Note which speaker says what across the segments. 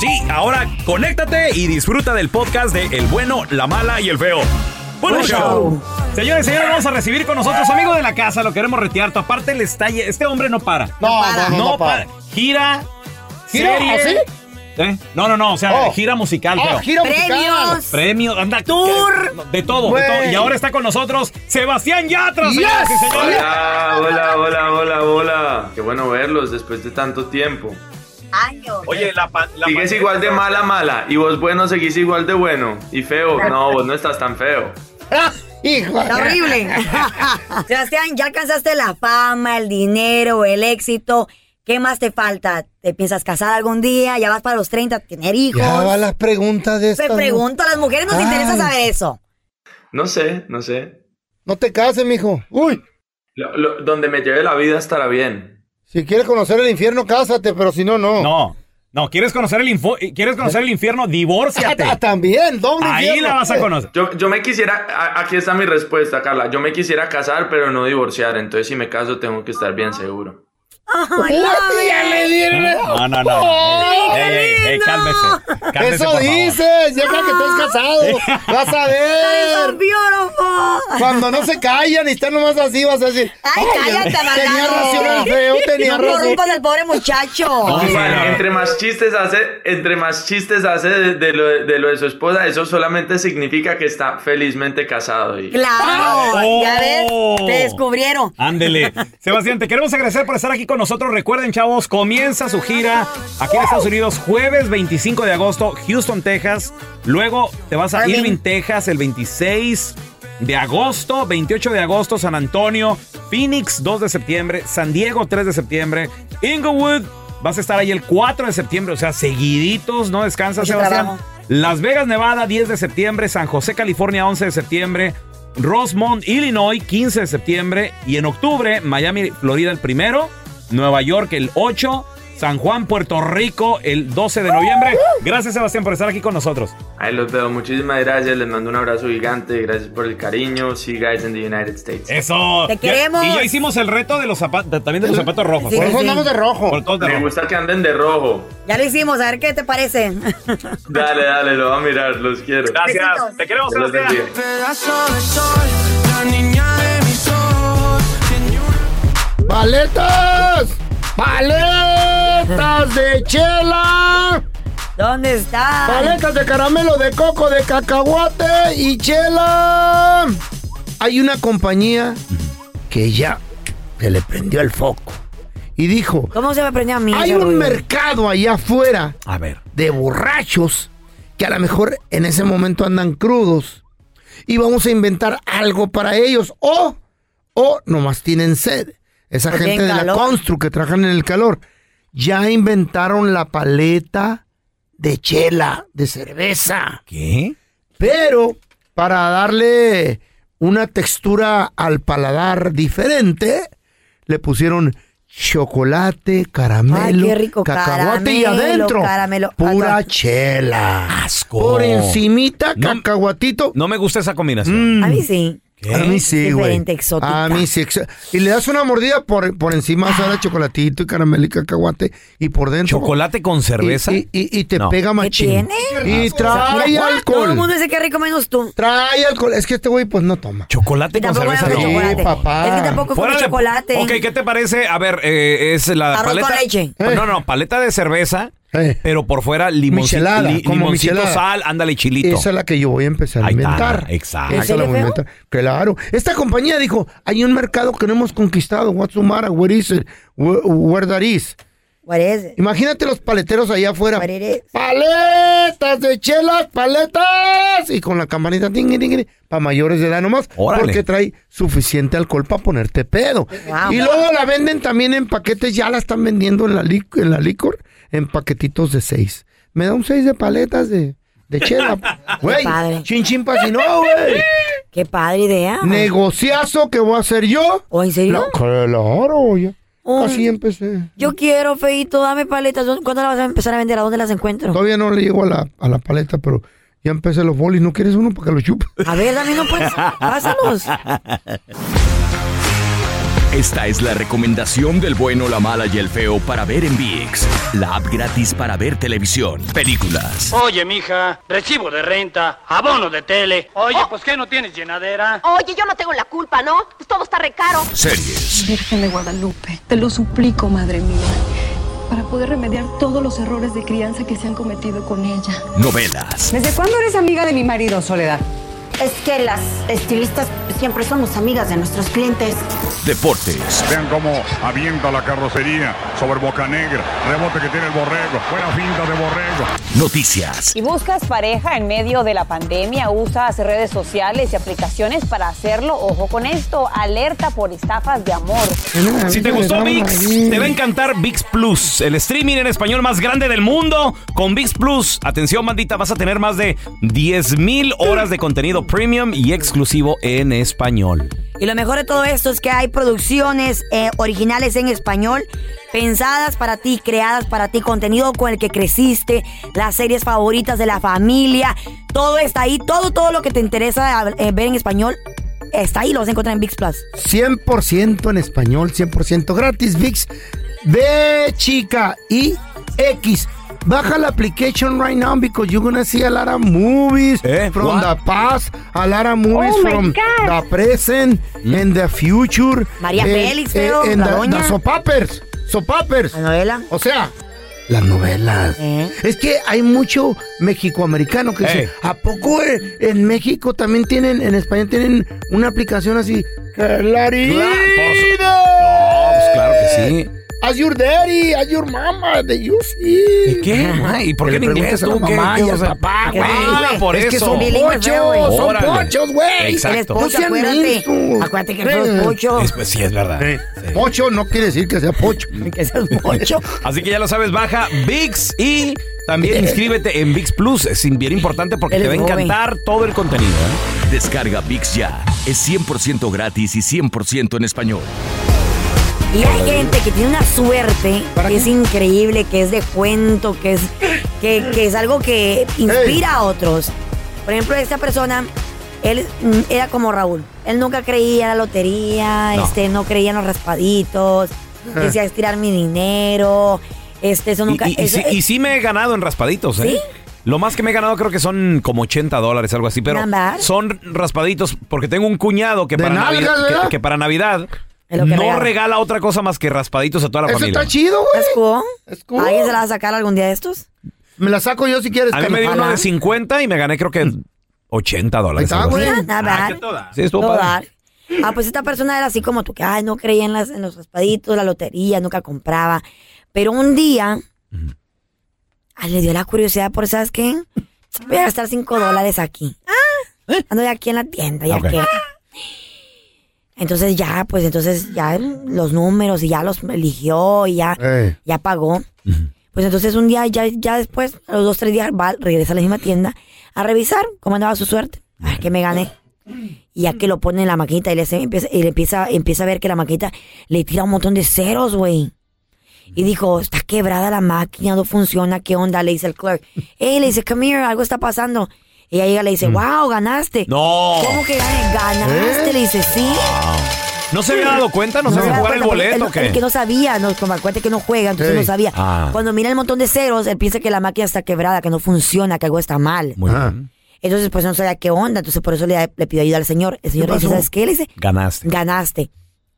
Speaker 1: Sí, ahora conéctate y disfruta del podcast de El bueno, la mala y el feo. Buen
Speaker 2: Buen
Speaker 1: show.
Speaker 2: show. Señores, señores, vamos a recibir con nosotros amigo de la casa, lo queremos retear. Aparte, el estalle, este hombre no para.
Speaker 3: No, no, no, no para.
Speaker 2: Gira,
Speaker 3: ¿Gira?
Speaker 2: serie.
Speaker 3: ¿Así?
Speaker 2: ¿Eh? No, no, no, o sea,
Speaker 3: Oh.
Speaker 2: gira musical.
Speaker 3: Ah,
Speaker 2: pero-
Speaker 3: gira musical.
Speaker 4: Premios.
Speaker 2: Premios, anda,
Speaker 4: Tour.
Speaker 2: que- De todo, de
Speaker 3: Güey.
Speaker 2: todo. Y ahora está con nosotros Sebastián Yatra, señoras
Speaker 3: Yes.
Speaker 2: y señores.
Speaker 5: Hola, hola, hola, hola, hola. Qué bueno verlos después de tanto tiempo.
Speaker 4: Años.
Speaker 1: Oye, la, pan- la
Speaker 5: Sigues
Speaker 1: pandemia-
Speaker 5: igual de mala, mala. Y vos bueno, seguís igual de bueno. Y feo. No, vos no estás tan feo.
Speaker 3: Ah, hijo.
Speaker 4: Está horrible. Sebastián, ya alcanzaste la fama, el dinero, el éxito. ¿Qué más te falta? ¿Te piensas casar algún día? ¿Ya vas para los 30? ¿Tener hijos?
Speaker 3: Ya va las preguntas de
Speaker 4: Te
Speaker 3: estas. ¿no?
Speaker 4: pregunto, a las mujeres nos
Speaker 3: Ay.
Speaker 4: interesa saber eso.
Speaker 5: No sé, no sé.
Speaker 3: No te cases, mijo. Uy,
Speaker 5: Lo- lo- donde me lleve la vida estará bien.
Speaker 3: si quieres conocer el infierno, cásate, pero si no, no.
Speaker 2: No, no, ¿quieres conocer el, info- eh, ¿quieres conocer el infierno? Divórciate.
Speaker 3: Ah, También, doble
Speaker 2: Ahí
Speaker 3: infierno.
Speaker 2: la vas a conocer.
Speaker 5: Yo, yo me quisiera. a- aquí está mi respuesta, Carla. Yo me quisiera casar, pero no divorciar. Entonces, si me caso, tengo que estar bien seguro.
Speaker 4: Ay,
Speaker 3: Uy, ya le dieron.
Speaker 2: No, no, no. Ey, ey, ey,
Speaker 4: lindo!
Speaker 2: cálmese. cálmese, por
Speaker 3: Eso
Speaker 2: favor.
Speaker 3: dices, ya creo que estés casado. Vas a
Speaker 4: so
Speaker 3: ver.
Speaker 4: beautiful.
Speaker 3: Cuando no se callan y están nomás así, vas a decir.
Speaker 4: Ay, cállate,
Speaker 3: Tenía
Speaker 4: Bernardo.
Speaker 3: razón el feo, tenía
Speaker 4: No
Speaker 3: razón.
Speaker 4: corrompas al pobre muchacho.
Speaker 2: No,
Speaker 5: Bueno,
Speaker 2: señor.
Speaker 5: entre más chistes hace, entre más chistes hace de, de lo, de lo de su esposa, eso solamente significa que está felizmente casado. Y...
Speaker 4: Claro,
Speaker 3: Ah,
Speaker 2: Oh.
Speaker 4: ya ves, te descubrieron.
Speaker 2: Ándele. Sebastián, te queremos agradecer por estar aquí con nosotros. Recuerden, chavos, comienza su gira aquí en Estados Unidos jueves 25 de agosto, Houston, Texas. Luego te vas a
Speaker 4: Irving.
Speaker 2: Irving, Texas el 26 de agosto, 28 de agosto, San Antonio, Phoenix 2 de septiembre, San Diego 3 de septiembre, Inglewood. Vas a estar ahí el 4 de septiembre, o sea, seguiditos, no descansas,
Speaker 4: Mucho
Speaker 2: Sebastián.
Speaker 4: trabajo.
Speaker 2: Las Vegas, Nevada, 10 de septiembre. San José, California, 11 de septiembre. Rosemont, Illinois, 15 de septiembre. Y en octubre, Miami, Florida, el primero. Nueva York, el 8. San Juan, Puerto Rico, el 12 de noviembre. Gracias, Sebastián, por estar aquí con nosotros.
Speaker 5: Ahí los veo, muchísimas gracias, les mando un abrazo gigante, gracias por el cariño, see you guys in the United States.
Speaker 2: Eso.
Speaker 4: Te
Speaker 2: Ya-
Speaker 4: queremos.
Speaker 2: y ya hicimos el reto de los zapatos, también de los zapatos rojos.
Speaker 4: Sí,
Speaker 3: Por
Speaker 2: Por
Speaker 3: eso
Speaker 2: eso-
Speaker 3: andamos de rojo.
Speaker 2: por todos de
Speaker 5: Me
Speaker 2: rojo.
Speaker 5: gusta que anden de rojo.
Speaker 4: Ya lo hicimos, a ver qué te parece.
Speaker 5: Dale, dale, lo voy a mirar, los quiero.
Speaker 2: Gracias.
Speaker 4: Besitos.
Speaker 2: Te queremos,
Speaker 5: Que los
Speaker 2: Sebastián.
Speaker 5: bendiga.
Speaker 3: ¡Paletas! ¡Paletas de chela!
Speaker 4: ¿Dónde está?
Speaker 3: ¡Paletas de caramelo, de coco, de cacahuate y chela! Hay una compañía que ya se le prendió el foco y dijo:
Speaker 4: ¿Cómo se me prendió a mí?
Speaker 3: Hay
Speaker 4: ese
Speaker 3: un
Speaker 4: ruido?
Speaker 3: mercado allá afuera
Speaker 2: A ver.
Speaker 3: de borrachos que a lo mejor en ese momento andan crudos y vamos a inventar algo para ellos o, o nomás tienen sed. Esa
Speaker 4: Porque
Speaker 3: gente
Speaker 4: en
Speaker 3: de la
Speaker 4: calor.
Speaker 3: Constru que trabajan en el calor ya inventaron la paleta de chela, de cerveza,
Speaker 2: ¿Qué?
Speaker 3: pero para darle una textura al paladar diferente le pusieron chocolate, caramelo,
Speaker 4: Ay, qué rico,
Speaker 3: cacahuate y
Speaker 4: caramelo,
Speaker 3: adentro
Speaker 4: caramelo.
Speaker 3: pura
Speaker 4: Acá.
Speaker 3: chela.
Speaker 2: Asco.
Speaker 3: Por encimita
Speaker 2: No.
Speaker 3: cacahuatito.
Speaker 2: No me gusta esa combinación.
Speaker 4: A mí sí.
Speaker 2: ¿Qué?
Speaker 3: A mí sí, güey.
Speaker 4: Diferente, exótica. Ah.
Speaker 3: A mí sí. exo- Y le das una mordida por, por encima, ahora chocolatito y caramelo y cacahuate. Y por dentro.
Speaker 2: Chocolate con cerveza.
Speaker 3: Y, y- y te
Speaker 2: No.
Speaker 3: pega machín.
Speaker 4: tiene? pues,
Speaker 3: Y trae
Speaker 4: Mira, Todo el mundo
Speaker 3: alcohol.
Speaker 4: dice que rico menos tú.
Speaker 3: Trae alcohol. Es que este güey, pues no toma.
Speaker 2: Chocolate
Speaker 4: Y
Speaker 2: con
Speaker 4: tampoco
Speaker 2: cerveza.
Speaker 4: era
Speaker 2: no.
Speaker 4: con
Speaker 3: Sí,
Speaker 4: chocolate.
Speaker 3: papá.
Speaker 4: Es que tampoco fue
Speaker 2: Fuera
Speaker 4: con
Speaker 2: de-
Speaker 4: chocolate.
Speaker 2: Ok, ¿qué te parece? A ver, eh, es la
Speaker 4: Arroz
Speaker 2: paleta.
Speaker 4: con leche.
Speaker 3: Eh.
Speaker 2: No, no, paleta de cerveza,
Speaker 3: Eh.
Speaker 2: pero por fuera limoncito,
Speaker 3: Michelada,
Speaker 2: li-
Speaker 3: como
Speaker 2: limoncito
Speaker 3: michelada.
Speaker 2: sal, ándale chilito.
Speaker 3: Esa es la que yo voy a empezar a
Speaker 2: Ahí está,
Speaker 3: inventar.
Speaker 2: exacto.
Speaker 3: Esa la voy a
Speaker 4: ¿En serio,
Speaker 3: inventar. Claro. Esta compañía dijo, hay un mercado que no hemos conquistado. What's the matter? Where is it? Where, where that is?
Speaker 4: What is it?
Speaker 3: Imagínate los paleteros allá afuera.
Speaker 4: What it is.
Speaker 3: ¡Paletas de chelas! ¡Paletas! Y con la campanita ting, ting, ting, para mayores de edad nomás.
Speaker 2: Órale.
Speaker 3: Porque trae suficiente alcohol para ponerte pedo.
Speaker 4: Wow.
Speaker 3: Y luego la venden también en paquetes. Ya la están vendiendo en la, lic- en la licor en paquetitos de seis. me da un seis de paletas de, de chela. Güey,
Speaker 4: padre.
Speaker 3: chin chin pa' si no, güey.
Speaker 4: Qué padre idea.
Speaker 3: Negociazo que voy a hacer yo.
Speaker 4: Ah, ¿O en serio?
Speaker 3: La- claro, yo
Speaker 4: Oh.
Speaker 3: así empecé.
Speaker 4: Yo quiero, Feito, dame paletas. ¿Dónde- ¿Cuándo las vas a empezar a vender? ¿A dónde las encuentro?
Speaker 3: Todavía no le llego a la, a la paleta, pero ya empecé los bolis. ¿No quieres uno para que lo chupe?
Speaker 4: A ver, dame no pues. Pásanos.
Speaker 6: Esta es la recomendación del bueno, la mala y el feo para ver en VIX, la app gratis para ver televisión, películas.
Speaker 1: Oye, mija, recibo de renta, abono de tele. Oye, pues ¿qué no tienes llenadera?
Speaker 7: Oh. Oye, yo no tengo la culpa, ¿no? Pues todo está
Speaker 8: este
Speaker 7: recaro.
Speaker 6: Series.
Speaker 9: Virgen de Guadalupe, te lo suplico, madre mía, para poder remediar todos los errores de crianza que se han cometido con ella.
Speaker 6: Novelas.
Speaker 9: ¿Desde cuándo eres amiga de mi marido, Soledad?
Speaker 7: Es que las estilistas siempre somos amigas de nuestros clientes.
Speaker 6: Deportes.
Speaker 10: Vean cómo avienta la carrocería sobre Boca Negra. Rebote que tiene el borrego. Buena finta de borrego.
Speaker 6: Noticias.
Speaker 7: Si buscas pareja en medio de la pandemia, usas redes sociales y aplicaciones para hacerlo. Ojo con esto, alerta por estafas de amor.
Speaker 2: Si te gustó VIX, te va a encantar VIX Plus, el streaming en español más grande del mundo. Con VIX Plus, atención bandita, vas a tener más de 10.000 horas de contenido premium y exclusivo en español.
Speaker 4: Y lo mejor de todo esto es que hay producciones eh, originales en español, pensadas para ti, creadas para ti, contenido con el que creciste, las series favoritas de la familia, todo está ahí, todo, todo lo que te interesa eh, ver en español está ahí, lo vas a encontrar en VIX Plus.
Speaker 3: 100% en español, 100% gratis, VIX. Ve, chica, y X. Baja la application right now because you're gonna see a lot of movies
Speaker 2: Eh,
Speaker 3: from
Speaker 2: what?
Speaker 3: the past, a lot of movies
Speaker 7: Oh my
Speaker 3: from
Speaker 7: God.
Speaker 3: the present and the future.
Speaker 4: María
Speaker 3: Eh,
Speaker 4: Félix, feo,
Speaker 3: and
Speaker 4: la
Speaker 3: the-
Speaker 4: doña.
Speaker 3: the sopapers, sopapers.
Speaker 4: La novela.
Speaker 3: O sea, las novelas.
Speaker 4: ¿Eh?
Speaker 3: Es que hay mucho mexicoamericano que
Speaker 2: Ey.
Speaker 3: dice, ¿a poco en, en México también tienen, en España tienen una aplicación así? ¡Clarida!
Speaker 2: Pues claro que
Speaker 4: Eh,
Speaker 2: sí.
Speaker 3: As your daddy, as your mama, de you see.
Speaker 2: ¿Y qué? Ay, ¿y por qué
Speaker 3: Que
Speaker 2: en
Speaker 3: le
Speaker 2: inglés
Speaker 3: preguntes a la
Speaker 2: tú? ¿Qué-
Speaker 3: mamá
Speaker 2: qué-
Speaker 3: y al
Speaker 2: o sea,
Speaker 3: papá,
Speaker 2: qué-
Speaker 3: güey.
Speaker 2: Ah, por
Speaker 3: es que
Speaker 2: eso.
Speaker 3: son
Speaker 4: Bilingüe,
Speaker 3: pochos,
Speaker 4: feo, güey.
Speaker 3: son
Speaker 2: Órale.
Speaker 3: pochos, güey.
Speaker 2: Exacto.
Speaker 4: Eres pocho,
Speaker 3: No sean Mm.
Speaker 4: acuérdate.
Speaker 3: mensos.
Speaker 4: Acuérdate que eres pocho.
Speaker 2: Es- pues, sí, es verdad.
Speaker 3: Eh. Pocho no quiere decir que sea pocho.
Speaker 4: Que seas pocho.
Speaker 2: Así que ya lo sabes, baja VIX y también inscríbete en VIX Plus. Es bien importante porque
Speaker 4: Eh. Eres
Speaker 2: te va a
Speaker 4: joven.
Speaker 2: encantar todo el contenido. ¿eh?
Speaker 6: Descarga VIX ya. Es 100% gratis y 100% en español.
Speaker 4: Y hay gente que tiene una suerte que es increíble, que es de cuento, que es, que, que es algo que inspira a otros. Por ejemplo, esta persona, él mm, era como Raúl. Él nunca creía en la lotería,
Speaker 2: No.
Speaker 4: este, no creía en los raspaditos, decía estirar mi dinero, este, eso
Speaker 2: Y-
Speaker 4: nunca.
Speaker 2: y, y
Speaker 4: eso-
Speaker 2: sí, y sí me he ganado en raspaditos, ¿eh?
Speaker 4: ¿Sí?
Speaker 2: Lo más que me he ganado creo que son como 80 dólares, algo así, pero
Speaker 4: Nada más.
Speaker 2: son raspaditos porque tengo un cuñado que,
Speaker 3: De
Speaker 2: para,
Speaker 3: nalgas,
Speaker 2: Navidad, que-
Speaker 3: ¿verdad?
Speaker 2: que, para Navidad
Speaker 4: Es
Speaker 2: no
Speaker 4: lo que
Speaker 2: regala.
Speaker 4: regala.
Speaker 2: otra cosa más que raspaditos a toda la
Speaker 3: Eso
Speaker 2: familia.
Speaker 3: está chido, güey.
Speaker 4: ¿Sabes cómo?
Speaker 3: Es cool.
Speaker 4: ¿Alguien se la va a sacar algún día de estos?
Speaker 3: Me la saco yo si quieres.
Speaker 2: a mí me dio
Speaker 3: Carlos.
Speaker 2: uno de 50 y me gané creo
Speaker 4: Mm.
Speaker 2: que 80 dólares.
Speaker 3: Ahí está,
Speaker 2: algo así.
Speaker 3: güey.
Speaker 4: Mira, nada
Speaker 2: Ah,
Speaker 4: bad.
Speaker 2: ¿qué te da? Sí, estuvo
Speaker 4: Todo
Speaker 2: padre.
Speaker 4: dar. Ah, pues esta persona era así como tú, que ay, no creía en, las, en los raspaditos, la lotería, nunca compraba. Pero un día ah, le dio la curiosidad por, ¿sabes qué? Voy a gastar cinco dólares aquí. Ah, ando ya aquí en la tienda, ya
Speaker 2: Ok.
Speaker 4: que. Entonces ya, pues entonces ya los números y ya los eligió y ya,
Speaker 3: Ey.
Speaker 4: ya pagó. Pues entonces un día, ya, ya después, a los dos, tres días, va, regresa a la misma tienda a revisar cómo andaba su suerte. A ver qué me gané. Y ya que lo pone en la maquinita y le, hace- empieza, y le empieza, empieza a ver que la maquinita le tira un montón de ceros, güey. Y dijo, está quebrada la máquina, no funciona, ¿qué onda? Le dice el clerk. Ey, le dice, come here, algo está pasando. Ella llega y le dice, wow, ganaste.
Speaker 2: Mm. No,
Speaker 4: ¿Cómo que gané? ganaste? Le dice, sí.
Speaker 2: no se había dado cuenta, no,
Speaker 4: No, se
Speaker 2: se sabía
Speaker 4: da
Speaker 2: jugar el
Speaker 4: cuenta, porque
Speaker 2: boleto.
Speaker 4: él no-
Speaker 2: o qué?
Speaker 4: él que no sabía, no, como acuérdate que no juega, entonces
Speaker 3: Sí.
Speaker 4: no sabía.
Speaker 2: Ah.
Speaker 4: Cuando mira el montón de ceros, él piensa que la máquina está quebrada, que no funciona, que algo está mal.
Speaker 2: Muy
Speaker 3: Ah.
Speaker 2: bien.
Speaker 4: Entonces, pues no sabía qué onda, entonces por eso le, le pidió ayuda al señor. El señor le dice,
Speaker 3: pasó?
Speaker 4: ¿sabes qué? Le dice,
Speaker 2: Ganaste.
Speaker 4: ganaste.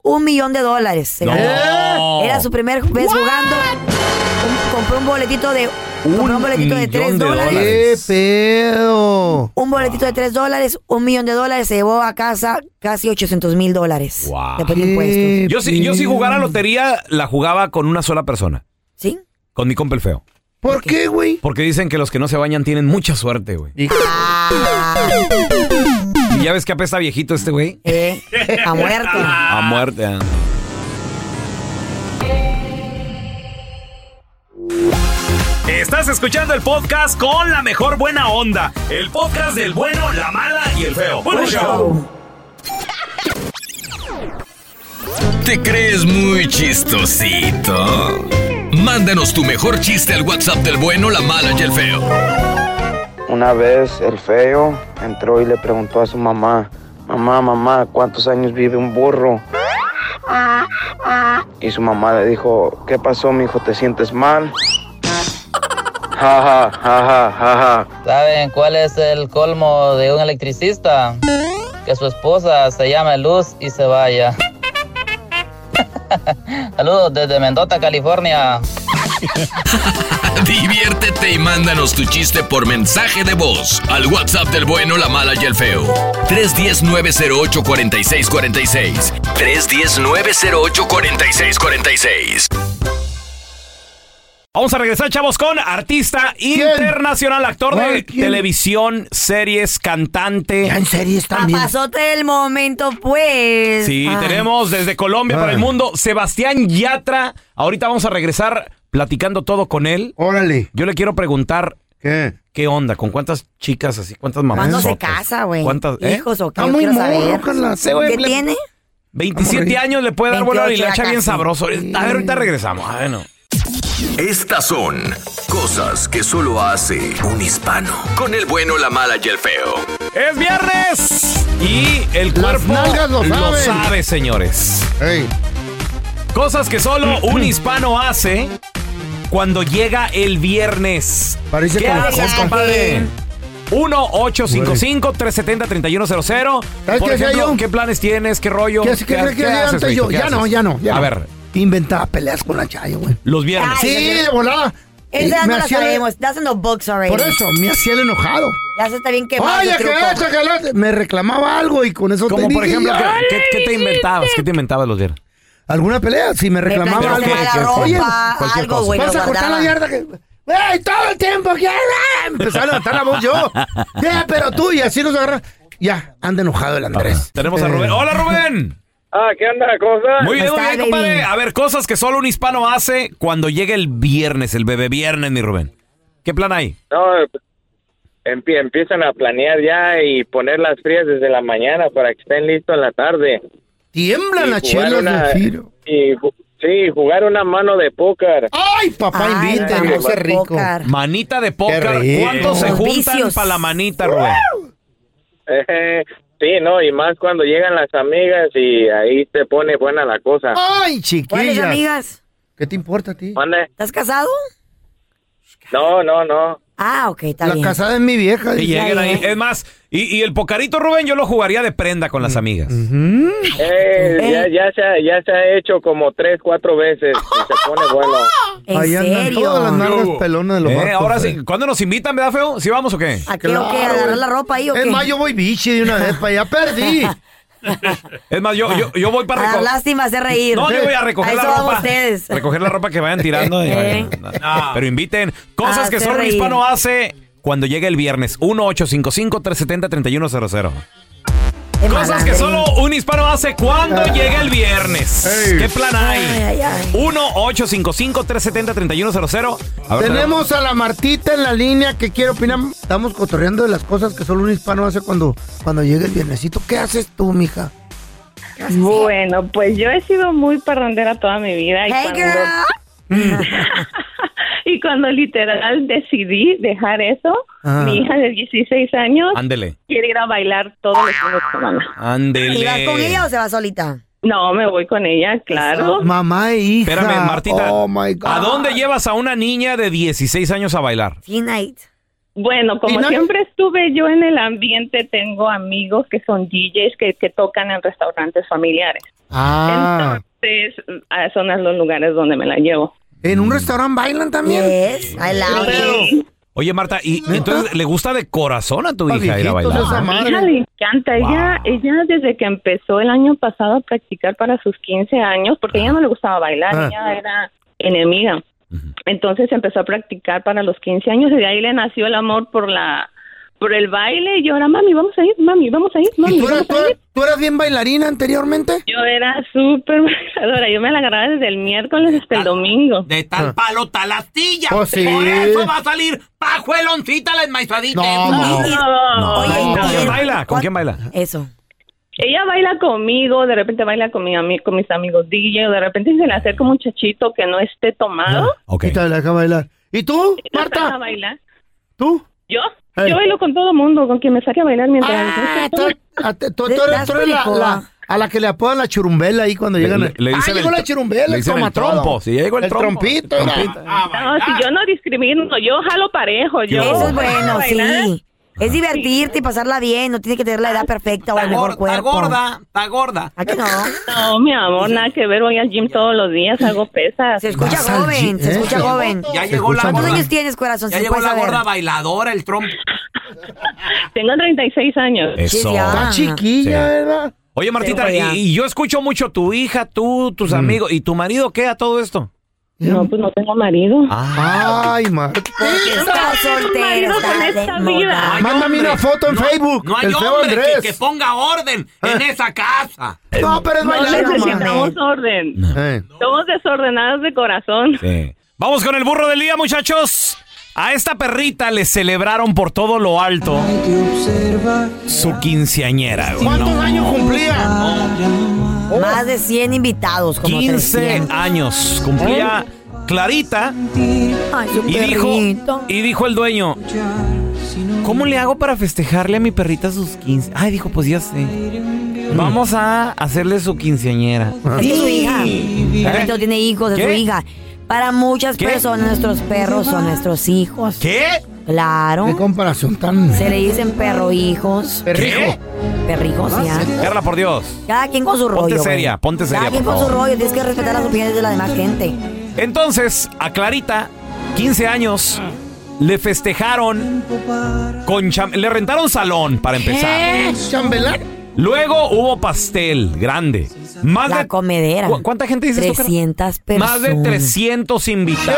Speaker 4: Un millón de dólares. se
Speaker 2: No.
Speaker 4: ganó. Era su primera vez jugando. Un- compró un boletito de. compró un boletito de
Speaker 2: millón
Speaker 4: 3
Speaker 2: de
Speaker 4: dólares.
Speaker 2: dólares.
Speaker 3: ¡Qué pedo!
Speaker 4: Un boletito de 3 dólares, un millón de dólares, se llevó a casa casi 800 mil dólares.
Speaker 2: Wow.
Speaker 4: Después de
Speaker 3: Qué
Speaker 4: impuestos.
Speaker 2: Yo si, yo si jugara lotería, la jugaba con una sola persona,
Speaker 4: ¿Sí?
Speaker 2: con mi compa el feo.
Speaker 3: ¿Por qué, güey?
Speaker 2: Porque dicen que los que no se bañan tienen mucha suerte, güey. Y ya ves que apesta viejito este güey.
Speaker 4: Eh, a muerte.
Speaker 2: A muerte. ah. Estás escuchando el podcast con la mejor buena onda. El podcast del bueno, la mala y el feo. Bueno, show.
Speaker 6: ¿Te crees muy chistosito? Mándanos tu mejor chiste al WhatsApp del bueno, la mala y el feo.
Speaker 11: Una vez el feo entró y le preguntó a su mamá, mamá, mamá, ¿cuántos años vive un burro? Y su mamá le dijo, ¿qué pasó, mi hijo? ¿Te sientes mal? Ja, ja, ja, ja, ja, ja.
Speaker 12: ¿Saben cuál es el colmo de un electricista? Que su esposa se llame Luz y se vaya. Saludos desde Mendota, California.
Speaker 6: Diviértete y mándanos tu chiste por mensaje de voz al WhatsApp del bueno, la mala y el feo. 310-908-4646. 310-908-4646.
Speaker 2: Vamos a regresar, chavos, con artista internacional, actor de televisión, series, cantante. en series
Speaker 4: Papazote el momento, pues.
Speaker 2: Sí,
Speaker 4: Ay.
Speaker 2: tenemos desde Colombia para el mundo Sebastián Yatra. Ahorita vamos a regresar platicando todo con él.
Speaker 3: Órale.
Speaker 2: Yo le quiero preguntar. ¿Qué? onda? ¿Con cuántas chicas así? ¿Cuántas mamás?
Speaker 4: ¿Cuándo se casa, güey?
Speaker 2: ¿Cuántas? eh?
Speaker 4: ¿Hijos o qué? Yo quiero saber. ¿Qué tiene?
Speaker 2: 27
Speaker 4: Vamos,
Speaker 2: años le puede dar vuelo a la
Speaker 4: 28 ya
Speaker 2: hilacha bien
Speaker 4: casi.
Speaker 2: sabroso. A ver, ahorita regresamos. Ah, A ver, no.
Speaker 6: Estas son cosas que solo hace un hispano. Con el bueno, la mala y el feo.
Speaker 2: ¡Es viernes! Y el cuerpo
Speaker 6: nalgas lo saben.
Speaker 2: sabe, señores. Cosas que solo un hispano hace cuando llega el viernes.
Speaker 3: Parece
Speaker 2: ¿Qué
Speaker 3: como
Speaker 2: haces,
Speaker 3: Jorge.
Speaker 2: compadre? 1-855-370-3100.
Speaker 3: ¿Sabes
Speaker 2: Por
Speaker 3: qué hacía
Speaker 2: ejemplo,
Speaker 3: yo?
Speaker 2: ¿qué planes tienes? ¿Qué rollo?
Speaker 3: ¿Qué haces? ¿Qué, qué, qué
Speaker 2: haces,
Speaker 3: antes
Speaker 2: Feito?
Speaker 3: yo?
Speaker 2: ¿Qué
Speaker 3: Ya
Speaker 2: haces?
Speaker 3: no, ya no, ya
Speaker 2: A
Speaker 3: no.
Speaker 2: ver,
Speaker 3: Inventaba peleas con la chayo, güey.
Speaker 2: los viernes.
Speaker 3: Sí, de volada.
Speaker 4: Esa
Speaker 3: Y
Speaker 4: ya
Speaker 3: me
Speaker 4: no la
Speaker 3: hacía-
Speaker 4: sabemos. That's in the books already.
Speaker 3: Por eso, me hacía el enojado.
Speaker 4: Ya se está bien quemado.
Speaker 3: Oye,
Speaker 4: ese
Speaker 3: que
Speaker 4: truco.
Speaker 3: esto, que lo otro. Me reclamaba algo y con eso
Speaker 2: Como
Speaker 3: te
Speaker 2: por
Speaker 3: dije,
Speaker 2: ejemplo,
Speaker 3: ay,
Speaker 2: ¿qué, qué- qué te inventabas? ¿Qué te inventabas los viernes?
Speaker 3: ¿Alguna pelea? Si me reclamaba
Speaker 2: planchaba
Speaker 3: algo.
Speaker 2: la ropa,
Speaker 3: Oye,
Speaker 2: cualquier algo, cosa. güey,
Speaker 3: Vas
Speaker 2: lo
Speaker 3: a cortar
Speaker 2: guardaba.
Speaker 3: la yarda que... ¡Ey, todo el tiempo! que Empezaba a levantar la voz yo. Ya, pero tú, y así nos agarra. Ya, anda enojado el Andrés.
Speaker 2: Tenemos a Rubén. ¡Hola, Rubén!
Speaker 13: Ah, ¿qué onda? ¿Cómo estás?
Speaker 2: Muy bien, muy bien, compadre. A ver, cosas que solo un hispano hace cuando llega el viernes, el bebé viernes, mi Rubén. ¿Qué plan hay?
Speaker 13: No, empie- empiezan a planear ya y poner las frías desde la mañana para que estén listos en la tarde.
Speaker 3: Tiemblan
Speaker 13: Y jugar
Speaker 3: las chelas
Speaker 13: una-
Speaker 3: de Firo.
Speaker 13: Y, ju- sí, jugar una mano de póker.
Speaker 3: ¡Ay, papá,
Speaker 13: Ay,
Speaker 3: invita!
Speaker 13: mano
Speaker 3: no
Speaker 13: de
Speaker 3: sé rico.
Speaker 2: Manita de póker.
Speaker 3: rico.
Speaker 2: ¿Cuántos se
Speaker 3: Los
Speaker 2: juntan
Speaker 3: vicios.
Speaker 2: para la manita, Rubén?
Speaker 13: Eh, sí, no, y más cuando llegan las amigas y ahí se pone buena la cosa.
Speaker 3: ¡Ay, chiquilla!
Speaker 4: ¿Cuáles amigas?
Speaker 3: ¿Qué te importa a ti?
Speaker 13: Mande.
Speaker 4: ¿Estás casado?
Speaker 13: No, no, no.
Speaker 4: Ah, ok, está
Speaker 3: La
Speaker 4: bien.
Speaker 3: casada es mi vieja.
Speaker 2: Que lleguen ahí. Es más, y, y el pocarito, Rubén, yo lo jugaría de prenda con las amigas.
Speaker 13: Mm. Eh, ya, ya, se ha, ya se ha hecho como tres, cuatro veces y se pone bueno.
Speaker 3: Ahí andan todas las nalgas pelonas de los
Speaker 2: Eh,
Speaker 3: vatos,
Speaker 2: ahora
Speaker 3: güey.
Speaker 2: sí, ¿cuándo nos invitan, verdad, feo? ¿Sí vamos o qué?
Speaker 4: ¿A qué o qué? ¿A agarrar la ropa ahí o qué?
Speaker 3: Es más, yo voy biche de una vez para allá. ¡Perdí!
Speaker 2: Es más, yo, yo, yo voy para
Speaker 4: A dar
Speaker 2: recoger.
Speaker 4: Ah, lástima hacer reír.
Speaker 2: No, yo voy a recoger
Speaker 4: Ahí
Speaker 2: la
Speaker 4: son
Speaker 2: ropa.
Speaker 4: ustedes.
Speaker 2: Recoger la ropa que vayan tirando. y-
Speaker 4: Eh.
Speaker 2: No, Pero inviten. Cosas que
Speaker 4: Hacer
Speaker 2: solo un
Speaker 4: reír.
Speaker 2: hispano hace cuando llega el viernes. 1-855-370-3100. Cosas que solo un hispano hace cuando llega el viernes.
Speaker 3: Ey.
Speaker 2: ¿Qué plan
Speaker 3: Ay,
Speaker 2: hay?
Speaker 3: ay, ay.
Speaker 2: 1-855-370-3100. A ver,
Speaker 3: Tenemos a la Martita en la línea que quiere opinar. Estamos cotorreando de las cosas que solo un hispano hace cuando, cuando llega el viernesito. ¿Qué haces tú, mija?
Speaker 9: Bueno, pues yo he sido muy parrandera toda mi vida. Y, cuando, y cuando literal decidí dejar eso,
Speaker 2: Ah.
Speaker 9: mi hija de 16 años
Speaker 2: Ándele.
Speaker 9: quiere ir a bailar todos los fines de semana.
Speaker 2: Ándele.
Speaker 4: ¿Y vas con ella o se va solita?
Speaker 9: No, me voy con ella, claro.
Speaker 3: Mamá e hija.
Speaker 2: Espérame, Martita.
Speaker 3: Oh, my God.
Speaker 2: ¿A dónde llevas a una niña de 16 años a bailar?
Speaker 9: Bueno, como siempre estuve yo en el ambiente, tengo amigos que son DJs que, que tocan en restaurantes familiares.
Speaker 3: Ah.
Speaker 9: Entonces, ah, son a los lugares donde me la llevo.
Speaker 3: ¿En un restaurante bailan también?
Speaker 4: Yes, I love
Speaker 9: Sí.
Speaker 2: Oye, Marta, ¿y entonces le gusta de corazón a tu
Speaker 3: Pa'
Speaker 2: hija ir a
Speaker 3: viejitos
Speaker 2: bailar?
Speaker 3: esa
Speaker 9: A mi
Speaker 3: madre.
Speaker 9: hija le encanta. Ella, ella desde que empezó el año pasado a practicar para sus 15 años, porque ella no le gustaba bailar,
Speaker 14: Ah.
Speaker 9: ella era enemiga. Entonces empezó a practicar para los 15 años y de ahí le nació el amor por la por el baile y yo era, mami, vamos a ir, mami, vamos a ir, mami.
Speaker 3: tú eras-
Speaker 9: vamos a ir".
Speaker 3: ¿Tú eras bien bailarina anteriormente?
Speaker 9: Yo era súper bailadora, yo me la agarraba desde el miércoles hasta el domingo.
Speaker 14: De
Speaker 2: Ah.
Speaker 14: tal palo, tal astilla.
Speaker 2: Oh,
Speaker 9: Pues sí.
Speaker 14: Por eso va a salir pajueloncita la enmaizadita.
Speaker 9: no. No, no,
Speaker 2: ¿Con quién
Speaker 9: no.
Speaker 2: baila? ¿Con quién baila?
Speaker 4: Eso.
Speaker 9: Ella baila conmigo, de repente baila con, mi ami- con mis amigos DJ, o de repente se le acerca un muchachito que no esté
Speaker 2: Ah.
Speaker 9: tomado.
Speaker 3: Ok. Y te la deja bailar. ¿Y tú, Marta?
Speaker 9: Eh, a bailar.
Speaker 3: ¿Tú? Eh.
Speaker 9: ¿Yo?
Speaker 3: Hey.
Speaker 9: Yo bailo con todo mundo, con quien me saque a bailar mientras...
Speaker 3: Ah, te- Tú, tú eres, tú eres la, la- a la que le apodan la churumbela ahí cuando
Speaker 2: Le-
Speaker 3: llegan.
Speaker 2: le- le
Speaker 3: ah,
Speaker 2: dicen
Speaker 3: llegó
Speaker 2: el
Speaker 3: la
Speaker 2: tr-
Speaker 3: churumbela.
Speaker 2: le dicen
Speaker 3: como a
Speaker 2: el
Speaker 3: todo.
Speaker 2: trompo. Sí, ya llegó el trompo.
Speaker 3: trompito.
Speaker 2: El
Speaker 3: mira.
Speaker 2: trompito.
Speaker 9: No, si yo no discrimino, yo jalo parejo. Yo
Speaker 4: Eso es bueno,
Speaker 9: Bailar.
Speaker 4: sí. Es divertirte y pasarla bien, no tiene que tener la edad perfecta o el mejor cuerpo.
Speaker 14: está gorda.
Speaker 4: ¿A qué no?
Speaker 9: No, mi amor, nada que ver, voy al gym todos los días, hago pesas. Se
Speaker 4: escucha Vas al joven, se gym, escucha ¿eh? joven.
Speaker 14: Ya llegó la
Speaker 4: ¿Cuántos
Speaker 14: gorda.
Speaker 4: años tienes, corazón?
Speaker 14: Ya
Speaker 4: Si se
Speaker 14: llegó
Speaker 4: puede
Speaker 14: la
Speaker 4: saber.
Speaker 14: gorda bailadora, el trompo.
Speaker 9: Tengo 36 años.
Speaker 2: Eso.
Speaker 4: ah.
Speaker 3: Está chiquilla,
Speaker 2: Sí.
Speaker 3: ¿verdad?
Speaker 2: Oye, Martita,
Speaker 3: Pero
Speaker 2: y,
Speaker 3: ya.
Speaker 2: y yo escucho mucho tu hija, tú, tus amigos. ¿Y tu marido qué a todo esto?
Speaker 9: No, pues no tengo marido.
Speaker 14: Ah.
Speaker 3: Ay, Marta.
Speaker 4: Está soltera,
Speaker 9: marido con
Speaker 4: está de
Speaker 9: esta
Speaker 4: moda.
Speaker 3: Mándame una foto en Facebook.
Speaker 14: No hay
Speaker 3: el feo
Speaker 14: hombre
Speaker 3: Andrés.
Speaker 14: que, que ponga orden
Speaker 2: Ah.
Speaker 14: en esa casa.
Speaker 3: No, pero es bailar, no
Speaker 9: necesitamos
Speaker 3: mames.
Speaker 9: orden.
Speaker 3: Eh.
Speaker 9: Somos desordenados de corazón.
Speaker 2: Vamos con el burro del día, muchachos. A esta perrita le celebraron por todo lo alto su quinceañera. güey.
Speaker 3: ¿Cuántos
Speaker 2: No.
Speaker 3: años cumplía?
Speaker 4: Oh. Más de 100 invitados, como
Speaker 2: 15 años cumplía Clarita
Speaker 4: 300. Ay, su
Speaker 2: y dijo,
Speaker 4: perrito.
Speaker 2: y dijo el dueño, ¿cómo le hago para festejarle a mi perrita sus 15? Ay, dijo, pues ya sé. Vamos a hacerle su quinceañera. ¿Eh?
Speaker 4: Es que es su hija.
Speaker 2: "Ah". Sí.
Speaker 4: Realmente no tiene hijos, es
Speaker 2: ¿Qué?
Speaker 4: su hija. Para muchas
Speaker 2: ¿Qué?
Speaker 4: personas, nuestros perros son nuestros hijos.
Speaker 2: ¿Qué?
Speaker 4: Claro.
Speaker 3: Qué comparación tan.
Speaker 4: Se le dicen perro hijos.
Speaker 2: ¿Qué?
Speaker 4: Perrijos, ya.
Speaker 2: Carla, por Dios.
Speaker 4: Cada quien con su rollo.
Speaker 2: Ponte
Speaker 4: güey.
Speaker 2: seria, ponte seria,
Speaker 4: Cada quien
Speaker 2: por
Speaker 4: con su
Speaker 2: favor.
Speaker 4: rollo. Tienes que respetar las opiniones de la demás gente.
Speaker 2: Entonces, a Clarita, 15 años, le festejaron con cham- le rentaron salón para empezar.
Speaker 3: ¿Chambelán?
Speaker 2: Luego hubo pastel grande. Más
Speaker 4: la
Speaker 2: de
Speaker 4: comedera.
Speaker 2: ¿Cu- ¿Cuánta gente dices tú, Carla?
Speaker 4: 300 personas.
Speaker 2: más de 300 invitados.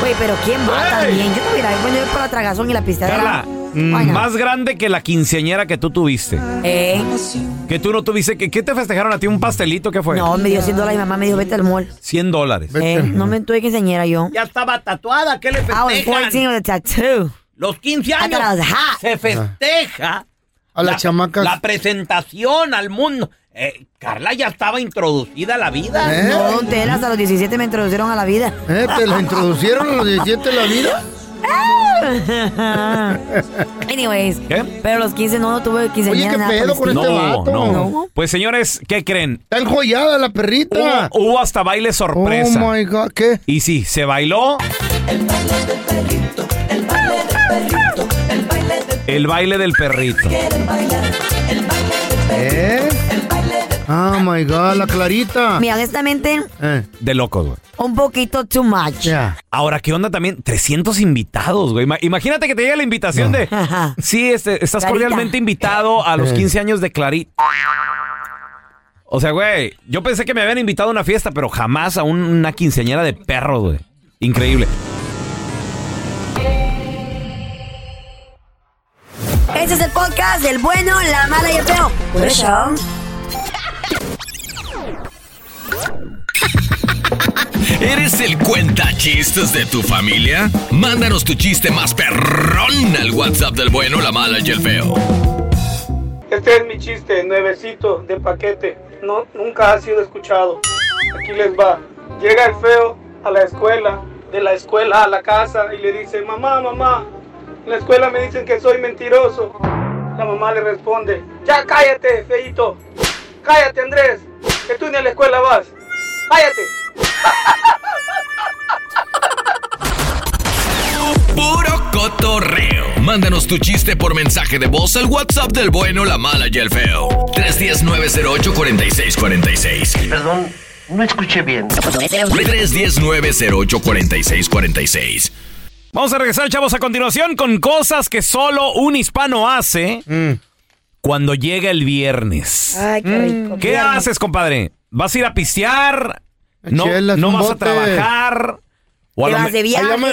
Speaker 4: Güey, pero ¿quién va también? Yo no hubiera bueno, yo por la tragazón y la pista.
Speaker 2: Carla, mm,
Speaker 4: Vaya.
Speaker 2: más grande que la quinceañera que tú tuviste.
Speaker 4: Eh,
Speaker 2: Que tú no tuviste. ¿Qué, qué te festejaron a ti? ¿Un pastelito?
Speaker 3: Pues.
Speaker 2: ¿Qué fue?
Speaker 4: no, me dio 100 dólares. Mi mamá me dijo, vete al mall.
Speaker 2: 100 dólares.
Speaker 4: Eh, no me tuve que enseñar yo.
Speaker 14: Ya estaba tatuada, ¿qué le
Speaker 4: I was
Speaker 14: festejan?
Speaker 4: 14 with a tattoo.
Speaker 14: Los 15
Speaker 4: I
Speaker 14: años
Speaker 4: thought I was hot.
Speaker 14: se festeja
Speaker 3: A las chamacas.
Speaker 14: la presentación al mundo. Eh, Carla ya estaba introducida a la vida.
Speaker 4: No, Tel, hasta los 17 me introdujeron a la vida.
Speaker 3: Eh, ¿Te la introducieron a los 17 la vida?
Speaker 4: Anyways, pero los 15 no, no tuve 15
Speaker 3: Oye, ¿qué pedo con este
Speaker 2: No,
Speaker 3: vato?
Speaker 2: no. Pues señores, ¿qué creen?
Speaker 3: Está enjollada la perrita.
Speaker 2: Hubo, hubo hasta baile sorpresa.
Speaker 3: Oh my God, ¿qué?
Speaker 2: Y sí, se bailó el baile del perrito.
Speaker 3: ¿Eh? Oh my God, la clarita.
Speaker 4: Mira, honestamente,
Speaker 3: Eh.
Speaker 2: De locos, güey.
Speaker 4: un poquito too much.
Speaker 2: Ahora, ¿qué onda también? 300 invitados, güey. Ima- Imagínate que te llegue la invitación de... Sí, este, estás
Speaker 4: Clarita.
Speaker 2: cordialmente invitado a los 15 años de Clarita. O sea, güey, yo pensé que me habían invitado a una fiesta, pero jamás a un- una quinceañera de perros, güey. Increíble.
Speaker 4: Este es el podcast del bueno, la mala y el feo. Por
Speaker 2: Pues,
Speaker 4: eso.
Speaker 6: ¿Eres el cuenta chistes de tu familia? Mándanos tu chiste más perrón al WhatsApp del bueno, la mala y el feo.
Speaker 15: Este es mi chiste, nuevecito, de paquete. No, nunca ha sido escuchado. Aquí les va. Llega el feo a la escuela, de la escuela a la casa y le dice, mamá, mamá, en la escuela me dicen que soy mentiroso. La mamá le responde, ya cállate, feito. Cállate, Andrés, que tú ni a la escuela vas. Cállate.
Speaker 6: Puro cotorreo. Mándanos tu chiste por mensaje de voz al WhatsApp del bueno, la mala y el feo. 319-08-4646. Perdón, no escuché bien. 319-08-4646.
Speaker 2: Vamos a regresar, chavos, a continuación con cosas que solo un hispano hace cuando llega el viernes.
Speaker 4: Ay, qué rico.
Speaker 2: Mm, ¿Qué
Speaker 4: Viernes.
Speaker 2: haces, compadre? ¿vas a ir a pistear?
Speaker 3: A
Speaker 2: No,
Speaker 3: chelas,
Speaker 2: no
Speaker 3: un
Speaker 2: vas a
Speaker 3: bote.
Speaker 2: trabajar. O
Speaker 4: Te
Speaker 2: lo
Speaker 4: vas
Speaker 2: me-
Speaker 4: de viaje. Ay, ya me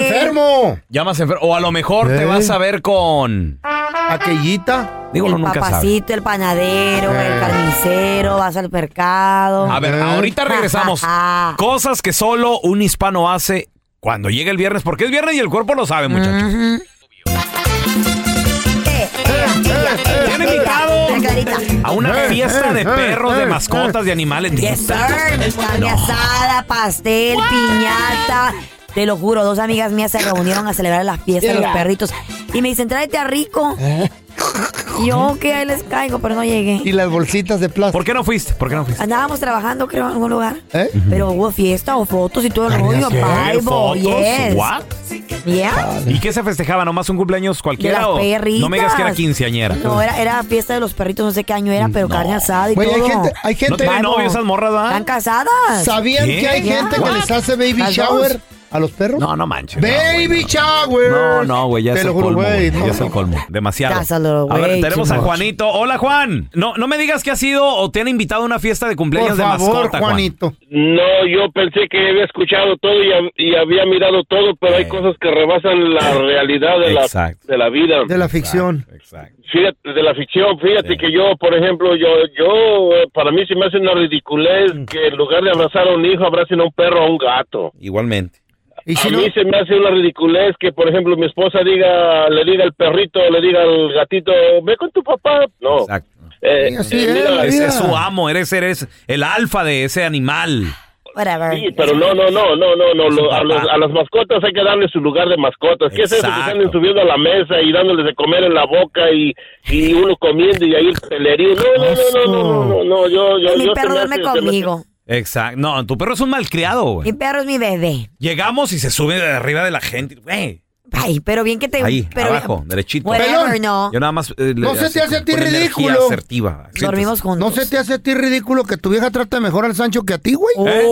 Speaker 2: Ya más enfer- O a lo mejor te vas a ver con
Speaker 3: aquellita.
Speaker 2: Digo,
Speaker 4: el
Speaker 2: uno nunca sabe.
Speaker 4: papacito, el panadero,
Speaker 2: Eh.
Speaker 4: el carnicero, vas al mercado.
Speaker 2: A ver, ahorita regresamos. Cosas que solo un hispano hace cuando llega el viernes, porque es viernes y el cuerpo lo sabe, muchachos.
Speaker 4: Bien
Speaker 2: invitado A una
Speaker 4: Eh,
Speaker 2: fiesta
Speaker 4: eh,
Speaker 2: de
Speaker 4: eh,
Speaker 2: perros, de
Speaker 4: eh,
Speaker 2: mascotas, de animales.
Speaker 4: Yes, sir. Carne asada, pastel, piñata. Te lo juro, dos amigas mías se reunieron a celebrar las fiestas de los
Speaker 7: Mira.
Speaker 4: perritos. Y me dicen, tráete a Rico. Yo que ahí les caigo, pero no llegué.
Speaker 3: Y las bolsitas de plástico.
Speaker 2: ¿Por qué no fuiste? ¿Por qué no fuiste?
Speaker 4: Andábamos trabajando, creo, en algún lugar. Pero hubo fiesta o fotos y todo el rollo. Bible,
Speaker 2: ¿Fotos?
Speaker 4: yes.
Speaker 2: ¿What?
Speaker 4: Yeah.
Speaker 2: ¿Y qué se festejaba? ¿Nomás un cumpleaños
Speaker 4: De
Speaker 2: cualquiera?
Speaker 4: las
Speaker 2: o- No me digas que era
Speaker 4: perritas.
Speaker 2: quinceañera.
Speaker 4: No, era, era fiesta de los perritos, no sé qué año era, pero carne asada y
Speaker 3: Güey, hay
Speaker 4: todo.
Speaker 3: gente- hay gente- No tienen novio esas
Speaker 2: morras, ¿verdad?
Speaker 4: Están casadas.
Speaker 3: ¿Sabían que hay
Speaker 4: Yeah.
Speaker 3: gente que les hace baby
Speaker 4: Las dos.
Speaker 3: shower a los perros?
Speaker 2: No, no manches.
Speaker 3: Baby shower.
Speaker 2: Ah, No, no, güey, ya
Speaker 3: Te
Speaker 2: es
Speaker 3: lo
Speaker 2: el
Speaker 3: juro,
Speaker 2: colmo.
Speaker 3: güey,
Speaker 2: güey,
Speaker 3: no,
Speaker 2: ya es el colmo. Demasiado.
Speaker 3: Cásalo,
Speaker 2: a ver,
Speaker 3: güey,
Speaker 2: tenemos a
Speaker 3: chingón.
Speaker 2: Juanito. Hola, Juan. No, no me digas que ha sido o te han invitado a una fiesta de
Speaker 3: Por
Speaker 2: cumpleaños
Speaker 3: favor,
Speaker 2: de mascota, Juan.
Speaker 3: Juanito.
Speaker 16: No, yo pensé que había escuchado todo y, hab- y había mirado todo, pero hay cosas que rebasan la realidad de, la,
Speaker 3: Exacto.
Speaker 16: de la vida.
Speaker 3: De la ficción.
Speaker 16: Fíjate, de la ficción, fíjate que yo, por ejemplo, yo, yo, eh, para mí se me hace una ridiculez
Speaker 3: Mm.
Speaker 16: que en lugar de abrazar a un hijo, abracen a un perro o a un gato.
Speaker 2: Igualmente.
Speaker 16: a mí se me hace una ridiculez que, por ejemplo, mi esposa diga, le diga al perrito, le diga al gatito, ve con tu papá. No.
Speaker 2: Exacto.
Speaker 16: Eh, eh, mira,
Speaker 2: Ese es su amo, eres, eres el alfa de ese animal.
Speaker 4: Whatever.
Speaker 16: Sí, pero no, no, no, no, no, no. lo- a, los- a las mascotas hay que darle su lugar de mascotas. ¿Qué es eso? Que se
Speaker 2: Exacto.
Speaker 16: anden subiendo a la mesa y dándoles de comer en la boca y, y uno comiendo y ahí el pelerío. No, no, no, no, no, no, no, no, yo, yo,
Speaker 4: Mi
Speaker 16: yo se
Speaker 4: perro
Speaker 16: me
Speaker 4: duerme
Speaker 16: hace- se me hace-
Speaker 4: conmigo.
Speaker 2: Exacto. No, tu perro es un malcriado, güey.
Speaker 4: Mi perro es mi bebé.
Speaker 2: Llegamos y se sube de arriba de la gente. Güey.
Speaker 4: Ay, pero bien que te.
Speaker 2: Ahí,
Speaker 4: pero
Speaker 2: abajo, derechito.
Speaker 4: Whatever, Pelón. no.
Speaker 2: Yo nada más. eh, le-
Speaker 3: No se te
Speaker 2: así,
Speaker 3: hace a ti
Speaker 2: con energía
Speaker 3: ridículo.
Speaker 2: asertiva. Así, entonces,
Speaker 3: juntos. ¿No se te hace a ti ridículo que tu vieja trate mejor al Sancho que a ti, güey? ¿Eh?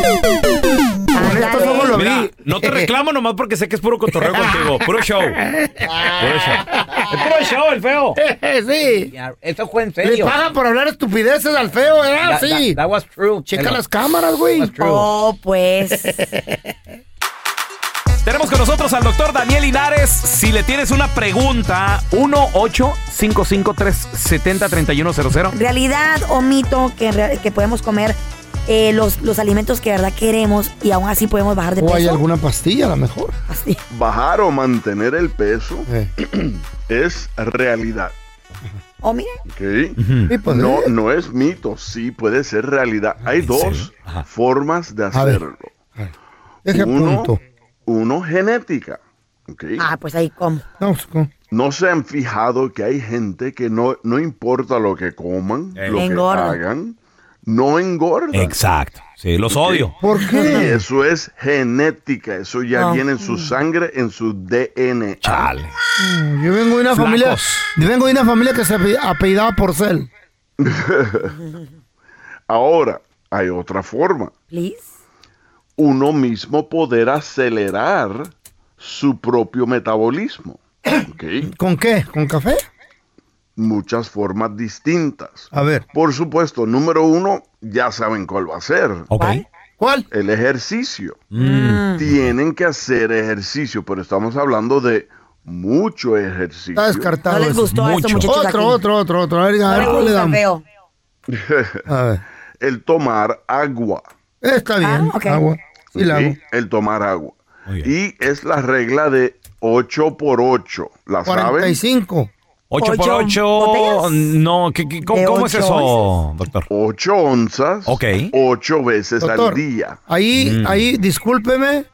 Speaker 3: Por esto luego lo
Speaker 2: Mira,
Speaker 3: vi.
Speaker 2: no te reclamo nomás porque sé que es puro cotorreo contigo. Puro show. Puro
Speaker 3: Ah,
Speaker 2: show. Es puro show, el feo.
Speaker 3: sí.
Speaker 17: Eso fue en
Speaker 3: Le
Speaker 17: serio.
Speaker 3: pagan por hablar estupideces al feo,
Speaker 17: That-
Speaker 3: ¿verdad? sí.
Speaker 17: that- that was true.
Speaker 3: Checa
Speaker 17: Hello.
Speaker 3: las cámaras, güey.
Speaker 17: That was true. Oh,
Speaker 4: pues.
Speaker 2: Tenemos con nosotros al doctor Daniel Linares. Si le tienes una pregunta, 1 855 3100
Speaker 4: Realidad o mito que, en real- que podemos comer eh, los, los alimentos que de verdad queremos y aún así podemos bajar de
Speaker 3: ¿O hay
Speaker 4: peso.
Speaker 3: alguna pastilla a lo mejor?
Speaker 18: Bajar o mantener el peso es realidad.
Speaker 4: O Oh, mira,
Speaker 18: ¿ok?
Speaker 3: pues, ¿eh?
Speaker 18: No, no es mito, sí puede ser realidad. Hay dos formas de
Speaker 3: ver.
Speaker 18: hacerlo.
Speaker 3: Deje
Speaker 18: Uno,
Speaker 3: punto.
Speaker 18: uno genética. ¿ok?
Speaker 4: Ah, pues ahí como.
Speaker 3: No, pues, ¿cómo?
Speaker 18: No se han fijado que hay gente que no, no importa lo que coman,
Speaker 2: Eh.
Speaker 18: lo que
Speaker 2: Engorda.
Speaker 18: hagan, no engorda.
Speaker 2: Exacto. Sí, los odio.
Speaker 3: ¿Por
Speaker 18: qué? Eso es genética, eso ya
Speaker 3: Ah.
Speaker 18: viene en su sangre, en su DNA.
Speaker 2: Chale.
Speaker 3: Mm, Yo vengo de una familia.
Speaker 18: Flacos.
Speaker 3: Yo vengo de una familia que se ape- apellidaba Porcel.
Speaker 18: Ahora, hay otra forma. Uno mismo poder acelerar su propio metabolismo. ¿ok?
Speaker 3: ¿Con qué? ¿Con café?
Speaker 18: Muchas formas distintas.
Speaker 3: A ver.
Speaker 18: Por supuesto, número uno, ya saben cuál va a ser.
Speaker 3: ¿Cuál? Mm.
Speaker 18: El ejercicio. Tienen que hacer ejercicio, pero estamos hablando de mucho ejercicio.
Speaker 3: Está descartado. eso.
Speaker 18: Mucho.
Speaker 3: Otro, otro, otro, otro. A ver, a ver, ¿cuál le damos?
Speaker 18: El tomar agua.
Speaker 3: Está
Speaker 4: Ah,
Speaker 3: bien. Agua. Sí, la
Speaker 18: ¿ok?
Speaker 3: hago.
Speaker 18: El tomar agua. Y es la regla de 8 por 8. ¿La saben?
Speaker 3: 45.
Speaker 2: 8 por 8. No, ¿qué- qué- ¿cómo,
Speaker 18: De
Speaker 2: cómo es
Speaker 18: ocho
Speaker 2: eso, doctor?
Speaker 18: 8 onzas. 8 veces
Speaker 3: Doctor,
Speaker 18: al día.
Speaker 3: Ahí,
Speaker 18: Mm.
Speaker 2: Mm.
Speaker 3: ahí, discúlpeme.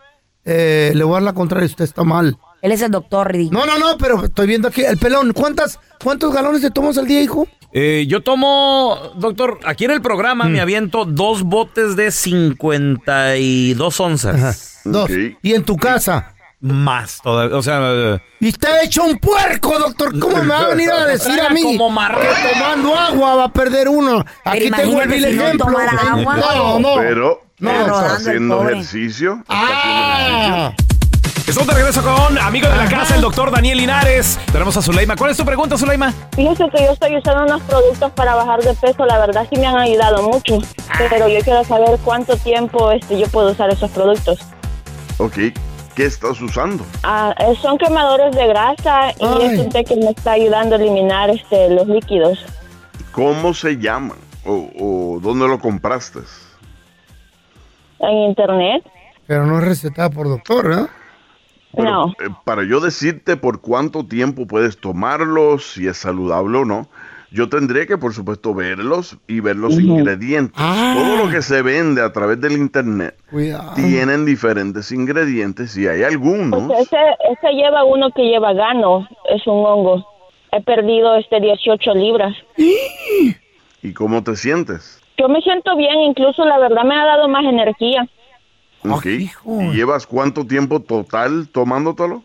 Speaker 3: eh, le voy a dar la contraria, usted está mal.
Speaker 4: Él es el doctor,
Speaker 3: No, no, no, pero estoy viendo aquí el pelón. ¿Cuántas, ¿Cuántos galones te tomas al día, hijo?
Speaker 2: Eh, yo tomo, doctor, aquí en el programa me aviento dos botes de 52 onzas.
Speaker 3: Dos. ¿Y en tu casa?
Speaker 2: Más, todavía, o sea...
Speaker 3: Y está hecho un puerco, doctor. ¿Cómo me va a venir a decir a mí?
Speaker 2: Como
Speaker 3: que tomando agua va a perder uno. Aquí tengo el vil
Speaker 4: imagínate si no
Speaker 3: ejemplo.
Speaker 4: tomara agua.
Speaker 3: No, no.
Speaker 18: Pero
Speaker 3: No, Ah,
Speaker 18: está
Speaker 3: rodando el
Speaker 18: haciendo
Speaker 3: pobre.
Speaker 18: ejercicio.
Speaker 2: Estamos de regreso con amigo de la casa, el doctor Daniel Linares. Tenemos a Zuleima. ¿Cuál es tu pregunta, Zuleima?
Speaker 8: Fíjese que yo estoy usando unos productos para bajar de peso, la verdad sí me han ayudado mucho, pero yo quiero saber cuánto tiempo este, yo puedo usar esos productos.
Speaker 18: Ok, ¿Qué estás usando?
Speaker 8: Ah, eh, son quemadores de grasa y es un té que me está ayudando a eliminar este, los líquidos.
Speaker 18: ¿Cómo se llaman? ¿O, o dónde lo compraste?
Speaker 8: En internet,
Speaker 3: Pero no es recetada por doctor, ¿eh?
Speaker 8: no.
Speaker 18: Eh, Para yo decirte por cuánto tiempo puedes tomarlos, si es saludable o no, yo tendría que, por supuesto, verlos y ver los ingredientes. Todo lo que se vende a través del internet
Speaker 3: Cuidado.
Speaker 18: tienen diferentes ingredientes y hay algunos.
Speaker 8: Pues ese, ese lleva uno que lleva gano, es un hongo. He perdido este 18 libras.
Speaker 18: ¿Y cómo te sientes?
Speaker 8: Yo me siento bien, incluso la verdad me ha dado más energía.
Speaker 18: Ok. ¿Y llevas cuánto tiempo total tomándotelo?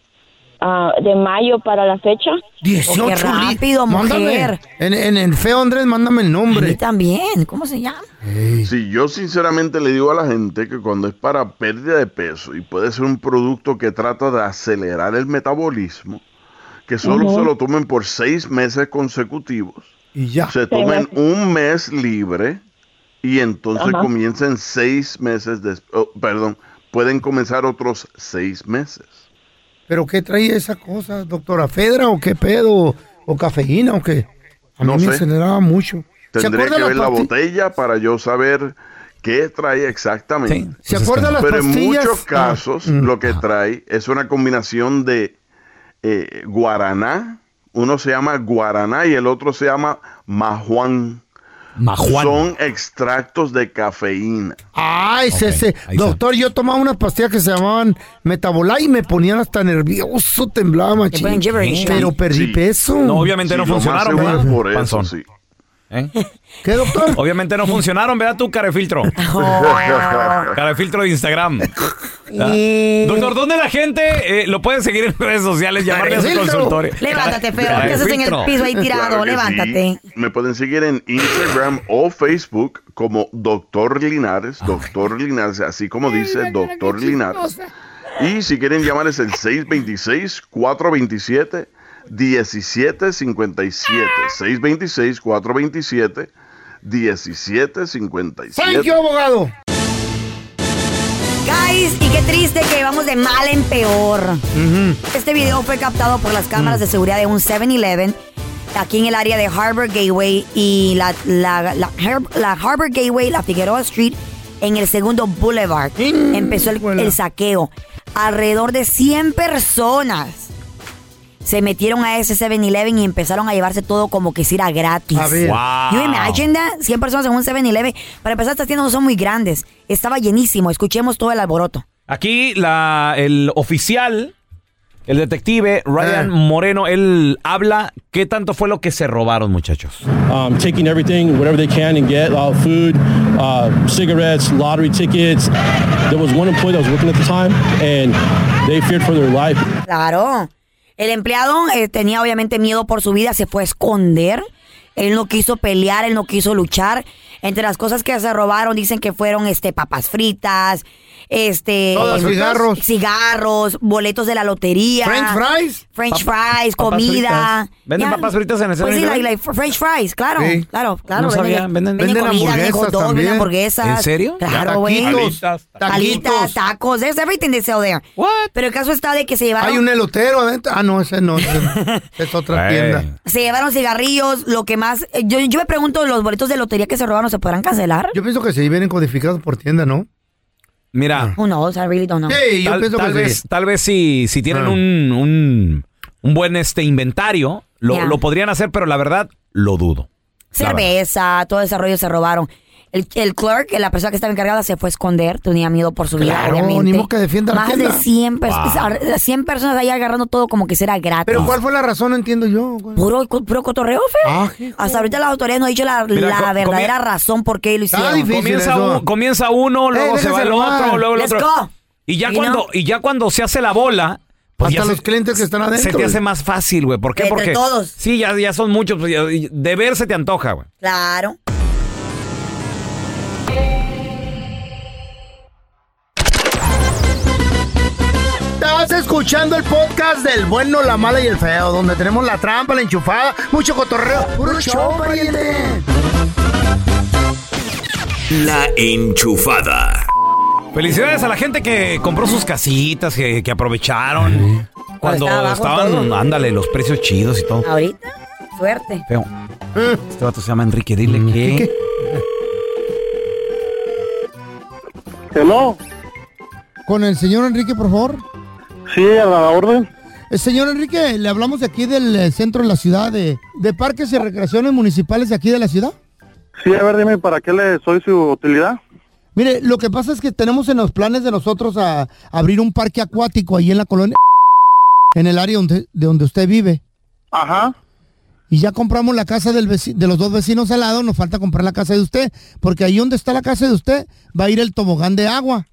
Speaker 8: Ah, de mayo para la fecha.
Speaker 3: 18
Speaker 8: qué rápido, mujer.
Speaker 3: En, en el feo Andrés, mándame el nombre. A mí
Speaker 4: también. ¿Cómo se llama?
Speaker 18: Sí, yo sinceramente le digo a la gente que cuando es para pérdida de peso y puede ser un producto que trata de acelerar el metabolismo, que solo
Speaker 19: Ujú.
Speaker 18: se lo tomen por seis meses consecutivos,
Speaker 3: y ya.
Speaker 18: se tomen un mes libre y entonces
Speaker 19: Ajá.
Speaker 18: comiencen seis meses después, perdón, pueden comenzar otros seis meses.
Speaker 3: ¿Pero qué traía esa cosa, doctora? ¿Fedra o qué pedo? ¿O cafeína o qué? A mí
Speaker 18: No
Speaker 3: me
Speaker 18: sé.
Speaker 3: aceleraba mucho. ¿Se
Speaker 18: Tendría
Speaker 3: acuerda
Speaker 18: que
Speaker 3: la
Speaker 18: ver la
Speaker 3: pasti-
Speaker 18: botella para yo saber qué trae exactamente.
Speaker 3: ¿Se Pues acuerda es que- las
Speaker 18: Pero en
Speaker 3: pastillas?
Speaker 18: muchos
Speaker 3: Ah,
Speaker 18: casos lo que trae es una combinación de eh, guaraná. Uno se llama guaraná y el otro se llama majuan.
Speaker 2: Majuan.
Speaker 18: Son extractos de cafeína.
Speaker 3: Ay, ese, Ah, ese. Doctor, yo tomaba unas pastillas que se llamaban Metabolá y me ponían hasta nervioso, temblaba machín.
Speaker 4: ponen gibberish.
Speaker 3: Pero perdí
Speaker 2: Sí.
Speaker 3: peso.
Speaker 2: No, obviamente no funcionaron, ¿verdad? Panzón. ¿Eh?
Speaker 3: ¿Qué, doctor? Oh.
Speaker 2: Obviamente no funcionaron, ¿verdad tu carefiltro? carefiltro de Instagram. Ah.
Speaker 4: Y-
Speaker 2: Doctor, ¿dónde la gente eh, lo puede seguir en redes sociales, llamarle a su
Speaker 4: Carefiltro.
Speaker 2: consultorio?
Speaker 4: Levántate, feo,
Speaker 2: Cara-
Speaker 4: ¿qué haces en el
Speaker 2: Carefiltro.
Speaker 4: piso ahí tirado?
Speaker 18: Claro que
Speaker 4: Levántate.
Speaker 18: sí. Me pueden seguir en Instagram o Facebook como Doctor Linares, Doctor Linares, así como dice Doctor Linares. Y si quieren llamar es el 626-427-1757. 626-427. 1757.
Speaker 3: Thank you,
Speaker 2: pues.
Speaker 3: abogado.
Speaker 4: Guys, y qué triste que vamos de mal en peor. Este video fue captado por las cámaras de seguridad de un 7-Eleven aquí en el área de Harbor Gateway y la, la, la Har- la Harbor Gateway, la Figueroa Street, en el segundo Boulevard. Empezó el, el saqueo. Alrededor de 100 personas se metieron a ese 7-Eleven y empezaron a llevarse todo como que si era gratis.
Speaker 20: A ver. Wow.
Speaker 4: You imagine that? 100 personas en un 7-Eleven. Para empezar, estas tiendas no son muy grandes. Estaba llenísimo. Escuchemos todo el alboroto.
Speaker 2: Aquí la, el oficial, el detective Ryan
Speaker 3: Ah.
Speaker 2: Moreno, él habla qué tanto fue lo que se robaron, muchachos.
Speaker 21: um, taking everything, whatever they can, and get all food, uh, cigarettes, lottery tickets. There was one employee that was working at the time, and they feared for their life.
Speaker 4: Claro. El empleado eh, tenía obviamente miedo por su vida, se fue a esconder. Él no quiso pelear, él no quiso luchar. Entre las cosas que se robaron dicen que fueron este papas fritas, este
Speaker 3: Todas, cigarros.
Speaker 4: cigarros, boletos de la lotería,
Speaker 3: French fries.
Speaker 4: French
Speaker 2: Pap-
Speaker 4: fries,
Speaker 2: papas
Speaker 4: comida.
Speaker 2: fritas. ¿Venden
Speaker 4: Ya.
Speaker 2: papas fritas en el
Speaker 4: Pues sí,
Speaker 2: 7-Eleven?
Speaker 4: la- la- French fries, claro,
Speaker 2: Sí.
Speaker 4: claro, claro.
Speaker 2: No sabía, venden- Venden
Speaker 4: comida,
Speaker 2: hamburguesas
Speaker 4: hot dogs,
Speaker 2: también.
Speaker 4: venden hamburguesas.
Speaker 2: ¿En serio?
Speaker 4: Claro,
Speaker 2: Ya,
Speaker 4: güey.
Speaker 2: taquitos, Alitas,
Speaker 4: Alitas,
Speaker 2: taquitos.
Speaker 4: tacos, there's everything they sell there. Pero el caso está de que se llevaron
Speaker 3: Hay un elotero adentro. Ah, no, ese no. ese es otra tienda.
Speaker 4: se llevaron cigarrillos, lo que más... eh, Yo, yo me pregunto, ¿los boletos de lotería que se robaron se podrán cancelar?
Speaker 3: Yo pienso que sí, vienen codificados por tienda, ¿no?
Speaker 2: Mira,
Speaker 4: Who knows? I really don't know.
Speaker 3: Sí, yo
Speaker 2: tal,
Speaker 3: pienso que
Speaker 2: tal vez,
Speaker 3: sí.
Speaker 2: tal vez si, si tienen
Speaker 3: Ah.
Speaker 2: un, un, un buen este inventario, lo,
Speaker 4: Ya.
Speaker 2: lo podrían hacer, pero la verdad, lo dudo. La verdad.
Speaker 4: Cerveza, todo ese rollo se robaron. El, el clerk, la persona que estaba encargada, se fue a esconder, tenía miedo por su vida,
Speaker 3: Claro,
Speaker 4: obviamente.
Speaker 3: ni modo que defienda la
Speaker 4: Más de
Speaker 3: tienda.
Speaker 4: 100, pers-
Speaker 3: Wow.
Speaker 4: ar- 100 personas ahí agarrando todo como que será gratis.
Speaker 3: Pero ¿cuál fue la razón? No entiendo yo. Ah,
Speaker 4: Puro, puro cotorreo, feo. Hasta ahorita las autoridades no han dicho la,
Speaker 2: Mira,
Speaker 4: la
Speaker 2: co-
Speaker 4: verdadera
Speaker 2: comie-
Speaker 4: razón por qué lo hicieron.
Speaker 2: comienza, un- comienza uno,
Speaker 4: Ey,
Speaker 3: Eh,
Speaker 2: luego se va
Speaker 4: déjense
Speaker 2: el
Speaker 4: robar.
Speaker 2: otro, luego el
Speaker 4: Let's
Speaker 2: otro.
Speaker 4: go.
Speaker 2: Y ya
Speaker 4: You
Speaker 2: cuando,
Speaker 4: know?
Speaker 2: y ya cuando se hace la bola. pues
Speaker 3: Hasta
Speaker 2: ya se-
Speaker 3: los clientes que están
Speaker 2: Se
Speaker 3: adentro,
Speaker 2: te
Speaker 3: güey.
Speaker 2: hace más fácil, güey. ¿Por qué?
Speaker 4: Entre
Speaker 2: Porque
Speaker 4: todos.
Speaker 2: sí, ya, ya son muchos. pues, ya- y de ver se te antoja, güey.
Speaker 4: Claro.
Speaker 3: Estás escuchando el podcast del bueno, la mala y el feo, donde tenemos la trampa, la enchufada, mucho cotorreo. ¡Puro show, pariente!
Speaker 22: La enchufada.
Speaker 2: Felicidades a la gente que compró sus casitas, que, que aprovecharon. Cuando
Speaker 4: estaba bajo
Speaker 2: estaban,
Speaker 4: todo.
Speaker 2: ándale, los precios chidos y todo.
Speaker 4: Ahorita, suerte.
Speaker 2: Feo. Este vato se llama Enrique, dile que.
Speaker 3: Hello. Con el señor Enrique, por favor. Sí, a la orden. señor Enrique, le hablamos de aquí del eh, centro de la ciudad, de, de parques y recreaciones municipales de aquí de la ciudad.
Speaker 20: Sí, a ver, dime, ¿para qué le soy su utilidad?
Speaker 3: Mire, lo que pasa es que tenemos en los planes de nosotros a, abrir un parque acuático ahí en la colonia, en el área donde, de donde usted vive. Ajá. Y ya compramos la casa del veci- de los dos vecinos al lado, nos falta comprar la casa de usted, porque ahí donde está la casa de usted va a ir el tobogán de agua.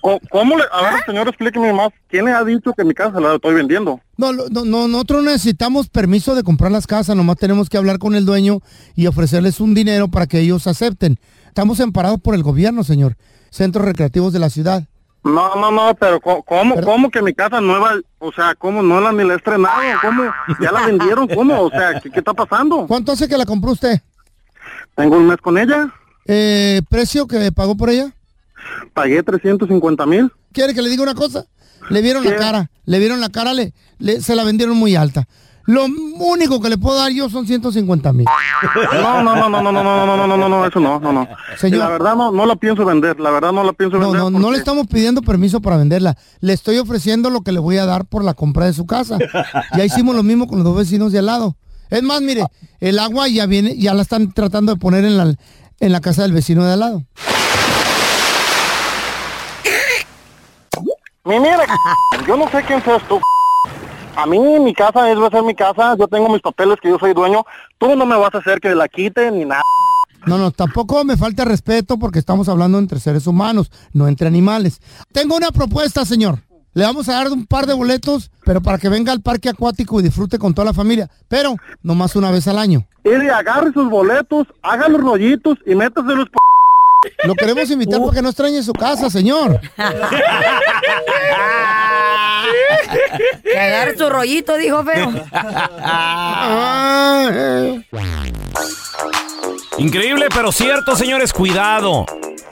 Speaker 20: Co- ¿Cómo le...? A ver, señor, explíqueme más. ¿Quién le ha dicho que mi casa la estoy vendiendo?
Speaker 3: No, lo- no, no, nosotros necesitamos permiso de comprar las casas, nomás tenemos que hablar con el dueño y ofrecerles un dinero para que ellos acepten. Estamos amparados por el gobierno, señor. Centros recreativos de la ciudad.
Speaker 20: No, no, no, pero co- ¿cómo, cómo que mi casa nueva, o sea, cómo no la ni la he estrenado? ¿Cómo? ¿Ya la vendieron? ¿Cómo? O sea, ¿qué, qué está pasando?
Speaker 3: ¿Cuánto hace que la compró usted?
Speaker 20: Tengo un mes con ella,
Speaker 3: Eh, ¿Precio que pagó por ella?
Speaker 20: pagué 350 mil.
Speaker 3: ¿Quiere que le diga una cosa? Le vieron la cara, le vieron la cara, le, le- se la vendieron muy alta. Lo único que le puedo dar yo son 150 mil.
Speaker 20: No, no, no, no, no, no, no, no, no, no, no, no, eso no, no, no.
Speaker 3: Señor.
Speaker 20: Y La verdad no, no la pienso vender, la verdad no la pienso
Speaker 3: No,
Speaker 20: vender.
Speaker 3: no, no le estamos pidiendo permiso para venderla. Le estoy ofreciendo lo que le voy a dar por la compra de su casa. Ya hicimos lo mismo con los dos vecinos de al lado. Es más, mire, el agua ya viene, ya la están tratando de poner en la, en la casa del vecino de al lado.
Speaker 20: Mi- Mira, yo no sé quién seas tú. A mí mi casa es, va a ser mi casa, yo tengo mis papeles que yo soy dueño, tú no me vas a hacer que la quiten ni nada.
Speaker 3: No, no, tampoco me falta respeto porque estamos hablando entre seres humanos, no entre animales. Tengo una propuesta, señor. Le vamos a dar un par de boletos, pero para que venga al parque acuático y disfrute con toda la familia, pero nomás una vez al año.
Speaker 20: Y agarre sus boletos, haga los rollitos y métaselos por...
Speaker 3: Lo queremos invitar para que no extrañe su casa, señor.
Speaker 4: Que agarre su rollito, dijo feo.
Speaker 2: Ah, eh. Increíble, pero cierto, señores, cuidado.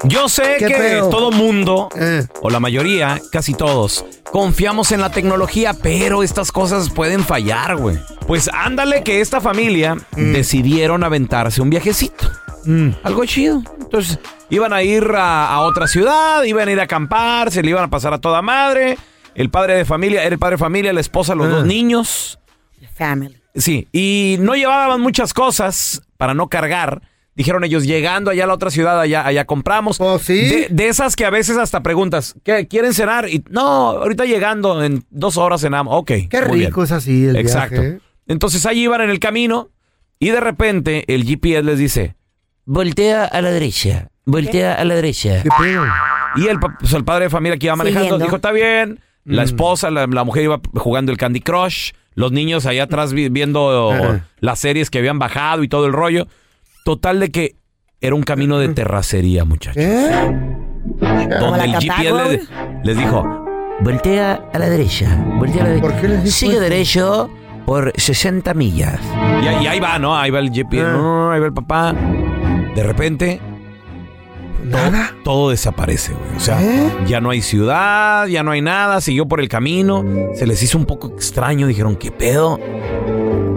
Speaker 2: Yo sé
Speaker 14: Qué
Speaker 2: que
Speaker 14: feo. Eh.
Speaker 2: todo mundo, o la mayoría, casi todos, confiamos en la tecnología, pero estas cosas pueden fallar, güey. Pues ándale que esta familia
Speaker 14: Mm.
Speaker 2: decidieron aventarse un viajecito. Algo chido. Entonces, iban a ir a, a otra ciudad, iban a ir a acampar, se le iban a pasar a toda madre. El padre de familia, era el padre de familia, la esposa,
Speaker 14: Ah.
Speaker 2: los dos niños.
Speaker 4: Family.
Speaker 2: Sí, y no llevaban muchas cosas para no cargar. Dijeron ellos, llegando allá a la otra ciudad, allá, allá compramos.
Speaker 3: Oh,
Speaker 2: De, de esas que a veces hasta preguntas, ¿qué, ¿quieren cenar? Y no, ahorita llegando, en dos horas cenamos. Ok.
Speaker 3: Qué
Speaker 2: muy bien.
Speaker 3: rico es así el
Speaker 2: Exacto.
Speaker 3: viaje.
Speaker 2: Entonces ahí iban en el camino y de repente el GPS les dice, voltea a la derecha, voltea a la derecha. Y el, pa- pues, el padre de familia que iba manejando
Speaker 14: Siguiendo. Mm.
Speaker 2: dijo, está bien. La esposa, la, la mujer iba jugando el Candy Crush. Los niños allá atrás vi- viendo
Speaker 14: Ajá.
Speaker 2: las series que habían bajado y todo el rollo. Total de que era un camino de terracería, muchachos.
Speaker 3: ¿Eh?
Speaker 14: Como
Speaker 2: Donde
Speaker 14: la
Speaker 2: el GPS
Speaker 14: Catagua,
Speaker 2: le- les dijo, voltea a la derecha, voltea a la derecha. Sigue derecho por 60 millas. Y, ahí- y ahí va, ¿no? Ahí va el
Speaker 3: Ah.
Speaker 2: GPS, no, ahí va el papá. De repente, to- todo, desaparece, güey. O sea,
Speaker 3: ¿Eh?
Speaker 2: ya no hay ciudad, ya no hay nada, siguió por el camino. Se les hizo un poco extraño, dijeron, ¿qué pedo?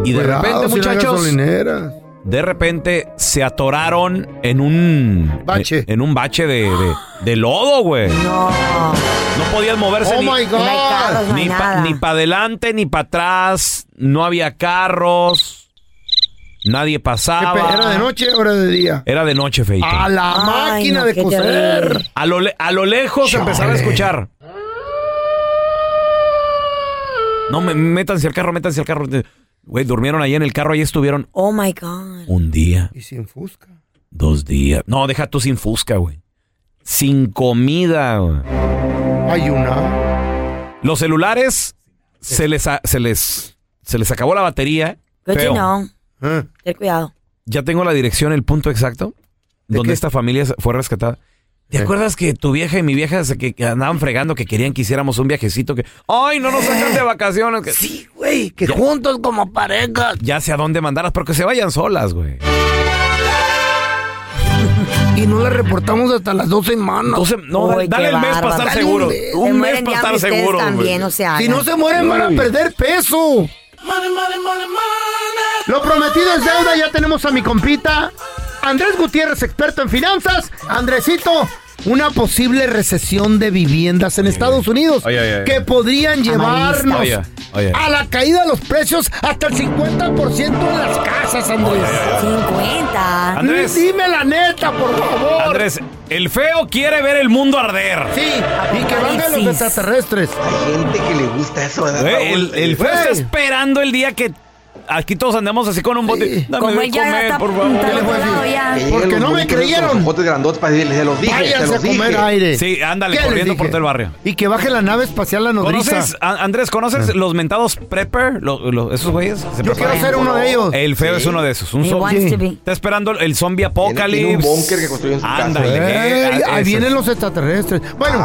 Speaker 2: Y de
Speaker 3: Cuidado,
Speaker 2: repente,
Speaker 3: si no hay
Speaker 2: muchachos,
Speaker 3: gasolineras.
Speaker 2: de repente se atoraron en un bache, en, un bache de, de- de lodo, güey. No, podían moverse
Speaker 3: Oh
Speaker 2: ni,
Speaker 3: my God. No hay carros, no hay
Speaker 2: ni
Speaker 3: nada.
Speaker 2: para adelante ni para atrás, no había carros, nadie pasaba.
Speaker 3: Pe- ¿Era de noche o era de día? Ah.
Speaker 2: Era de noche, feito.
Speaker 3: A la máquina de coser.
Speaker 2: A lo, le- a lo lejos
Speaker 3: Chale.
Speaker 2: empezaba a escuchar. No, me, métanse al carro, métanse al carro. Güey, durmieron ahí en el carro, ahí estuvieron
Speaker 4: Oh my God.
Speaker 2: un día,
Speaker 3: Y sin fusca.
Speaker 2: dos días. No, deja tú sin fusca, güey. Sin comida, güey.
Speaker 3: Hay una.
Speaker 2: Los celulares se les, a- se les, se les acabó la batería.
Speaker 4: Good to
Speaker 2: Feo.
Speaker 4: know.
Speaker 3: Eh.
Speaker 4: Ten cuidado.
Speaker 2: Ya tengo la dirección, el punto exacto donde esta familia fue rescatada. ¿Te acuerdas que tu vieja y mi vieja se que que andaban fregando que querían que hiciéramos un viajecito que ay no nos sacan de vacaciones? Sí, güey, que juntos como pareja. Ya sé a dónde mandarlas, pero que se vayan solas, güey.
Speaker 3: Y no la reportamos hasta las dos semanas.
Speaker 2: Entonces, no, Uy, dale- dale qué el mes para bárbaro. estar
Speaker 3: Dale
Speaker 2: seguro.
Speaker 3: mes.
Speaker 2: Un Se mes mueren para ya estar ustedes seguro, también, güey. o sea,
Speaker 3: si
Speaker 2: ya.
Speaker 3: no se mueren, van a
Speaker 2: Uy.
Speaker 3: perder peso. Lo prometido es deuda, ya tenemos a mi compita. Andrés Gutiérrez, experto en finanzas. Andresito, una posible recesión de viviendas en Estados Unidos
Speaker 23: Oye, oye, oye.
Speaker 3: que podrían llevarnos
Speaker 23: Oye, oye.
Speaker 3: a la caída de los precios hasta el 50% en las casas, Andrés.
Speaker 4: 50.
Speaker 2: Andrés.
Speaker 3: Dime la neta, por favor.
Speaker 2: Andrés, el feo quiere ver el mundo arder.
Speaker 3: Sí, y que vengan los extraterrestres. Hay gente que le gusta eso,
Speaker 2: Güey, el, el feo está esperando el día que aquí todos andamos así con un bote. Dame
Speaker 4: Como
Speaker 2: de
Speaker 4: él ya
Speaker 2: comer,
Speaker 4: está
Speaker 2: por favor.
Speaker 4: apuntado por lado ya.
Speaker 3: Porque no me creyeron. Váyanse a comer aire.
Speaker 2: Sí, ándale,
Speaker 3: ¿Qué les
Speaker 2: corriendo
Speaker 3: dije?
Speaker 2: por todo el barrio.
Speaker 3: Y que baje la nave espacial la nodriza. Ah.
Speaker 2: ¿Conoces, A- Andrés, ¿conoces los mentados prepper? Lo- lo- esos güeyes. Se
Speaker 3: Yo
Speaker 2: preparan.
Speaker 3: quiero ser uno de ellos.
Speaker 2: El feo es uno de esos. Un
Speaker 3: He
Speaker 2: zom-
Speaker 3: wants
Speaker 2: Sí.
Speaker 3: to be.
Speaker 2: Está esperando el zombie apocalypse.
Speaker 3: Tiene un búnker que
Speaker 2: construyó en su
Speaker 3: Eh, ahí vienen los extraterrestres. Bueno,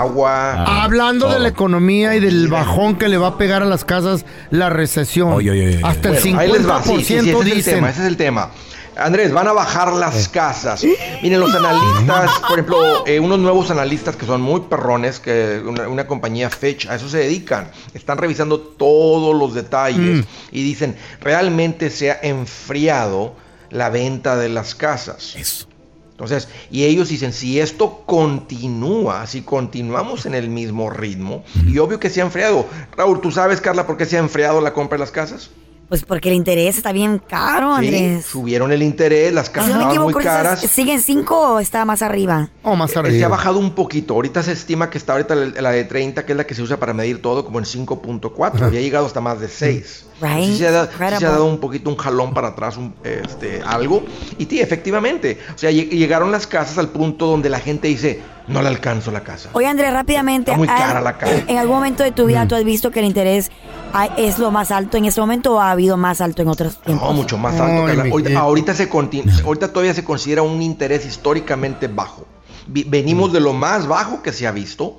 Speaker 3: hablando de la economía y del bajón que le va a pegar a las casas la recesión. Hasta el 50%
Speaker 24: Bueno, ahí les va. Sí, sí, sí, ese es el
Speaker 3: dicen. Eh.
Speaker 24: tema, ese es el tema. Andrés, van a bajar las casas. Miren, los analistas, por ejemplo, eh, unos nuevos analistas que son muy perrones, que una, una compañía Fetch, a eso se dedican. Están revisando todos los detalles
Speaker 12: Mm.
Speaker 24: y dicen, realmente se ha enfriado la venta de las casas. Eso. Entonces, y ellos dicen, si esto continúa, si continuamos en el mismo ritmo, y obvio que se ha enfriado. Raúl, ¿tú sabes, Carla, por qué se ha enfriado la compra de las casas?
Speaker 4: Pues porque el interés está bien caro,
Speaker 24: Sí,
Speaker 4: Andrés.
Speaker 24: subieron el interés, las
Speaker 4: Si
Speaker 24: casas
Speaker 4: no me
Speaker 24: estaban muy
Speaker 4: equivoco,
Speaker 24: caras.
Speaker 4: esas- ¿siguen 5 o está más arriba?
Speaker 3: O más
Speaker 24: Eh, Se ha bajado un poquito. Ahorita se estima que está ahorita la, la de 30, que es la que se usa para medir todo, como en 5.4. Había llegado hasta más de 6.
Speaker 4: Right,
Speaker 24: Sí se, ha dado, sí se ha
Speaker 4: incredible.
Speaker 24: dado un poquito un jalón para atrás, un, este, algo. Y sí, efectivamente. O sea, lleg- llegaron las casas al punto donde la gente dice, no le alcanzo la casa.
Speaker 4: Oye, Andrés, rápidamente.
Speaker 24: Está muy Mm.
Speaker 4: ¿al-
Speaker 24: cara la casa.
Speaker 4: ¿En algún momento de tu vida tú has visto que el interés ah, es lo más alto en este momento o ha habido más alto en otros tiempos?
Speaker 24: No, mucho más alto.
Speaker 4: Ay,
Speaker 24: Carla.
Speaker 4: mi
Speaker 24: ahorita, ahorita se conti- ahorita todavía se considera un interés históricamente bajo. Vi- Venimos de lo más bajo que se ha visto.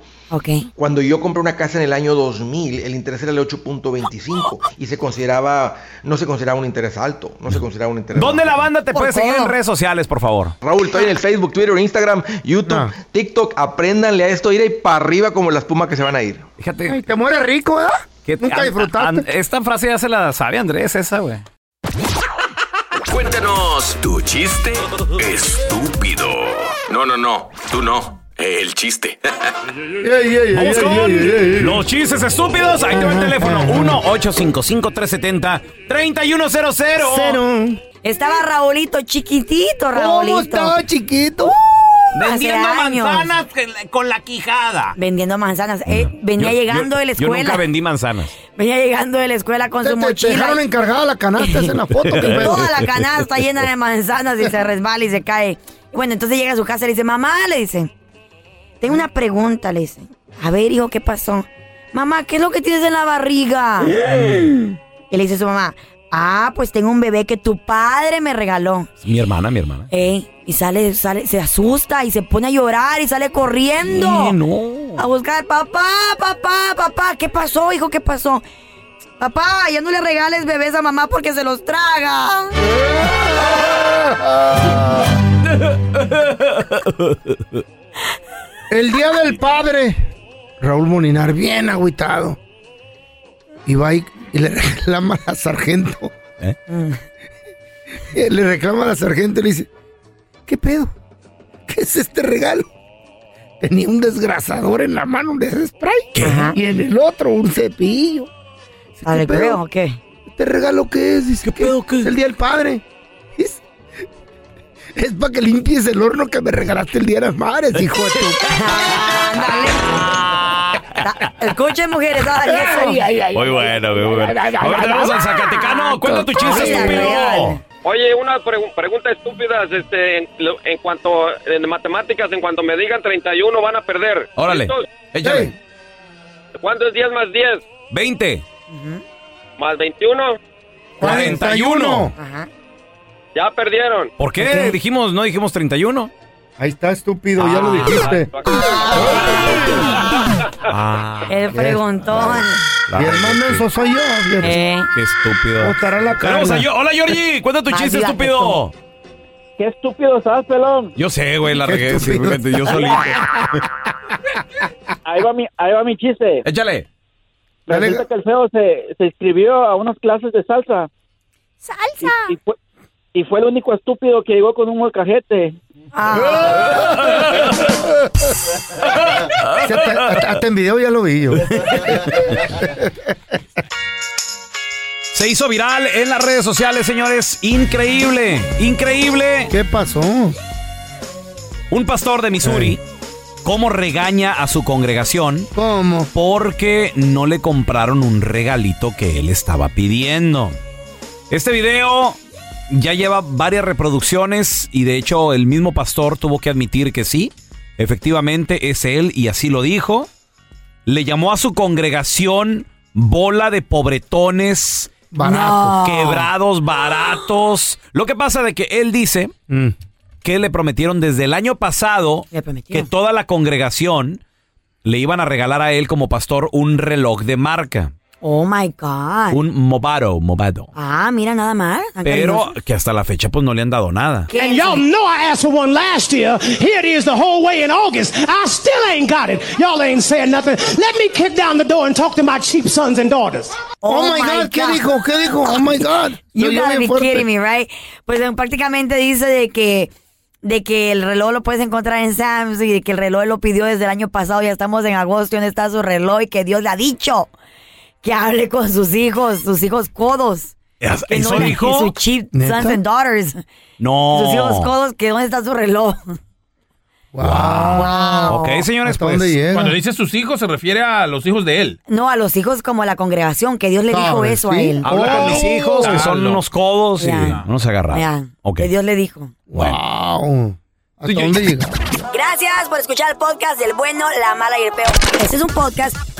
Speaker 24: Cuando yo compré una casa en el año 2000, el interés era el 8.25 y se consideraba, no se consideraba un interés alto, no se consideraba un interés
Speaker 2: ¿Dónde
Speaker 24: bajo.
Speaker 2: la banda te puede seguir en redes sociales, por favor?
Speaker 24: Raúl, estoy en el Facebook, Twitter, Instagram, YouTube,
Speaker 2: Ah.
Speaker 24: TikTok. Apréndanle a esto, ir ahí para arriba como las pumas que se van a ir.
Speaker 2: Fíjate.
Speaker 3: Ay, te mueres rico, ¿verdad?
Speaker 2: que-
Speaker 3: Nunca
Speaker 2: an-
Speaker 3: disfrutaste.
Speaker 2: an- esta frase ya se la sabe Andrés, esa, güey.
Speaker 6: Cuéntanos tu chiste estúpido. No, no, no, tú no. El chiste.
Speaker 2: Vamos con los chistes estúpidos. Ahí te va el teléfono. 1-855-370-3100.
Speaker 4: Estaba Raulito, chiquitito Raulito. Uh,
Speaker 2: estaba
Speaker 3: chiquito?
Speaker 2: Vendiendo
Speaker 4: Hace años.
Speaker 2: manzanas que- con la quijada.
Speaker 4: Vendiendo manzanas. Eh, venía
Speaker 2: Yo-
Speaker 4: llegando
Speaker 2: yo-
Speaker 4: de la
Speaker 2: Yo nunca
Speaker 4: escuela.
Speaker 2: vendí manzanas.
Speaker 4: Venía llegando de la escuela con su
Speaker 3: Te- te, te
Speaker 4: mochila.
Speaker 3: dejaron
Speaker 4: y-
Speaker 3: encargada la canasta, es en la foto. qué pedo.
Speaker 4: Toda la canasta llena de manzanas y se resbala y se cae. Y Bueno, entonces llega a su casa y le dice, mamá, le dice, tengo una pregunta, le dice. A ver, hijo, ¿qué pasó? Mamá, ¿qué es lo que tienes en la barriga? Y le dice su mamá, ah, pues tengo un bebé que tu padre me regaló.
Speaker 2: Mi hermana, mi hermana.
Speaker 4: Eh, y sale, sale, se asusta y se pone a llorar y sale corriendo. A buscar, papá, papá, papá, ¿qué pasó, hijo? ¿Qué pasó? Papá, ya no le regales bebés a mamá porque se los traga.
Speaker 3: El día del padre, Raúl Molinar, bien agüitado. Y va y, y le reclama a la sargento. Eh, Le reclama a la sargento y le dice: ¿Qué pedo? ¿Qué es este regalo? Tenía un desgrasador en la mano, un spray. Y en el otro, un cepillo. Dice,
Speaker 4: ¿Al
Speaker 3: pedo?
Speaker 4: Ah, creo o qué?
Speaker 3: ¿Este regalo qué es? Dice, ¿qué, pedo qué? Es el día del padre. Dice, Es, para que limpies el horno que me regalaste el día de las madres, hijo de tu.
Speaker 4: Ah, Escuchen, mujeres,
Speaker 3: ay, eso.
Speaker 2: Muy bueno, muy bueno.
Speaker 3: ay, ay,
Speaker 2: A ver, tenemos al Zacatecano. Cuenta tu chiste, estúpido.
Speaker 13: Oye, una pregu- pregunta estúpida, este, en, lo- en cuanto, en matemáticas, en cuanto me digan 31 van a perder.
Speaker 2: Órale,
Speaker 13: ¿Listos?
Speaker 2: échale.
Speaker 13: ¿Cuánto es 10 más 10?
Speaker 2: 20.
Speaker 13: ¿Más 21?
Speaker 2: 41.
Speaker 13: Ya perdieron.
Speaker 2: ¿Por qué? Dijimos, no dijimos 31.
Speaker 3: Ahí está, estúpido,
Speaker 2: ya lo dijiste.
Speaker 4: El preguntón.
Speaker 3: Mi hermano, eso soy yo.
Speaker 4: Eh.
Speaker 2: Qué estúpido.
Speaker 3: Botará la
Speaker 2: Tenemos
Speaker 3: Carla.
Speaker 2: a Yo- Hola, Georgie. Cuenta tu
Speaker 4: Más
Speaker 2: chiste,
Speaker 4: viva que
Speaker 2: estúpido.
Speaker 13: Qué estúpido estás, pelón.
Speaker 1: Yo sé, güey, la regué. sí, fíjate, yo solito.
Speaker 13: Ahí va mi, ahí va mi chiste.
Speaker 1: Échale.
Speaker 13: Resulta que el feo se, se inscribió a unas clases de salsa.
Speaker 4: ¡Salsa!
Speaker 13: Y, y fue, y fue el único estúpido que llegó con un molcajete.
Speaker 4: Ah,
Speaker 3: Sí, hasta, hasta- hasta en video ya lo vi yo.
Speaker 2: Se hizo viral en las redes sociales, señores. Increíble, increíble.
Speaker 3: ¿Qué pasó? Eh.
Speaker 2: Un pastor de Missouri, ¿cómo regaña a su congregación?
Speaker 3: ¿Cómo?
Speaker 2: Porque no le compraron un regalito que él estaba pidiendo. Este video ya lleva varias reproducciones y de hecho el mismo pastor tuvo que admitir que sí, efectivamente es él y así lo dijo le llamó a su congregación bola de pobretones.
Speaker 1: Baratos. No.
Speaker 2: Quebrados, baratos. Lo que pasa de que él dice que le prometieron desde el año pasado que toda la congregación le iban a regalar a él como pastor un reloj de marca.
Speaker 4: Oh my God.
Speaker 2: Un Movado, Movado.
Speaker 4: Ah, mira nada más. tan
Speaker 2: Pero
Speaker 4: cariñoso.
Speaker 2: que hasta la fecha pues no le han dado nada.
Speaker 25: And y'all know I asked for one last year. Here it is the whole way in August. I still ain't got it. Y'all ain't saying nothing. Let me kick down the door and talk to my cheap sons and daughters.
Speaker 3: Oh, my God, ¿qué dijo? ¿Qué dijo? Oh my God.
Speaker 4: You
Speaker 3: Soy yo
Speaker 4: gotta
Speaker 3: bien
Speaker 4: be
Speaker 3: fuerte.
Speaker 4: kidding me, right? Pues eh, prácticamente dice de que de que el reloj lo puedes encontrar en Sam's y de que el reloj lo pidió desde el año pasado, ya estamos en agosto, ¿dónde está su reloj? Y que Dios le ha dicho que hable con sus hijos, sus hijos codos.
Speaker 2: ¿Eso
Speaker 4: Que no le-
Speaker 2: dijo?
Speaker 4: que Sus cheap
Speaker 2: ¿Neta?
Speaker 4: sons and daughters.
Speaker 2: No.
Speaker 4: Sus hijos codos, que dónde está su reloj.
Speaker 2: Ok, señores, pues.
Speaker 11: Cuando dice sus hijos, se refiere a los hijos de él.
Speaker 4: No, a los hijos como la congregación, que Dios le dijo
Speaker 11: Sobre
Speaker 4: eso a
Speaker 11: sí.
Speaker 4: él.
Speaker 2: Habla con mis hijos, que son
Speaker 11: Dalo.
Speaker 2: unos codos
Speaker 4: Ya.
Speaker 2: y unos agarrados.
Speaker 4: Ya,
Speaker 2: Ok.
Speaker 4: Que Dios le dijo.
Speaker 3: Wow. ¿Hasta dónde llega?
Speaker 4: Gracias por escuchar el podcast del bueno, la mala y el peor. Este es un podcast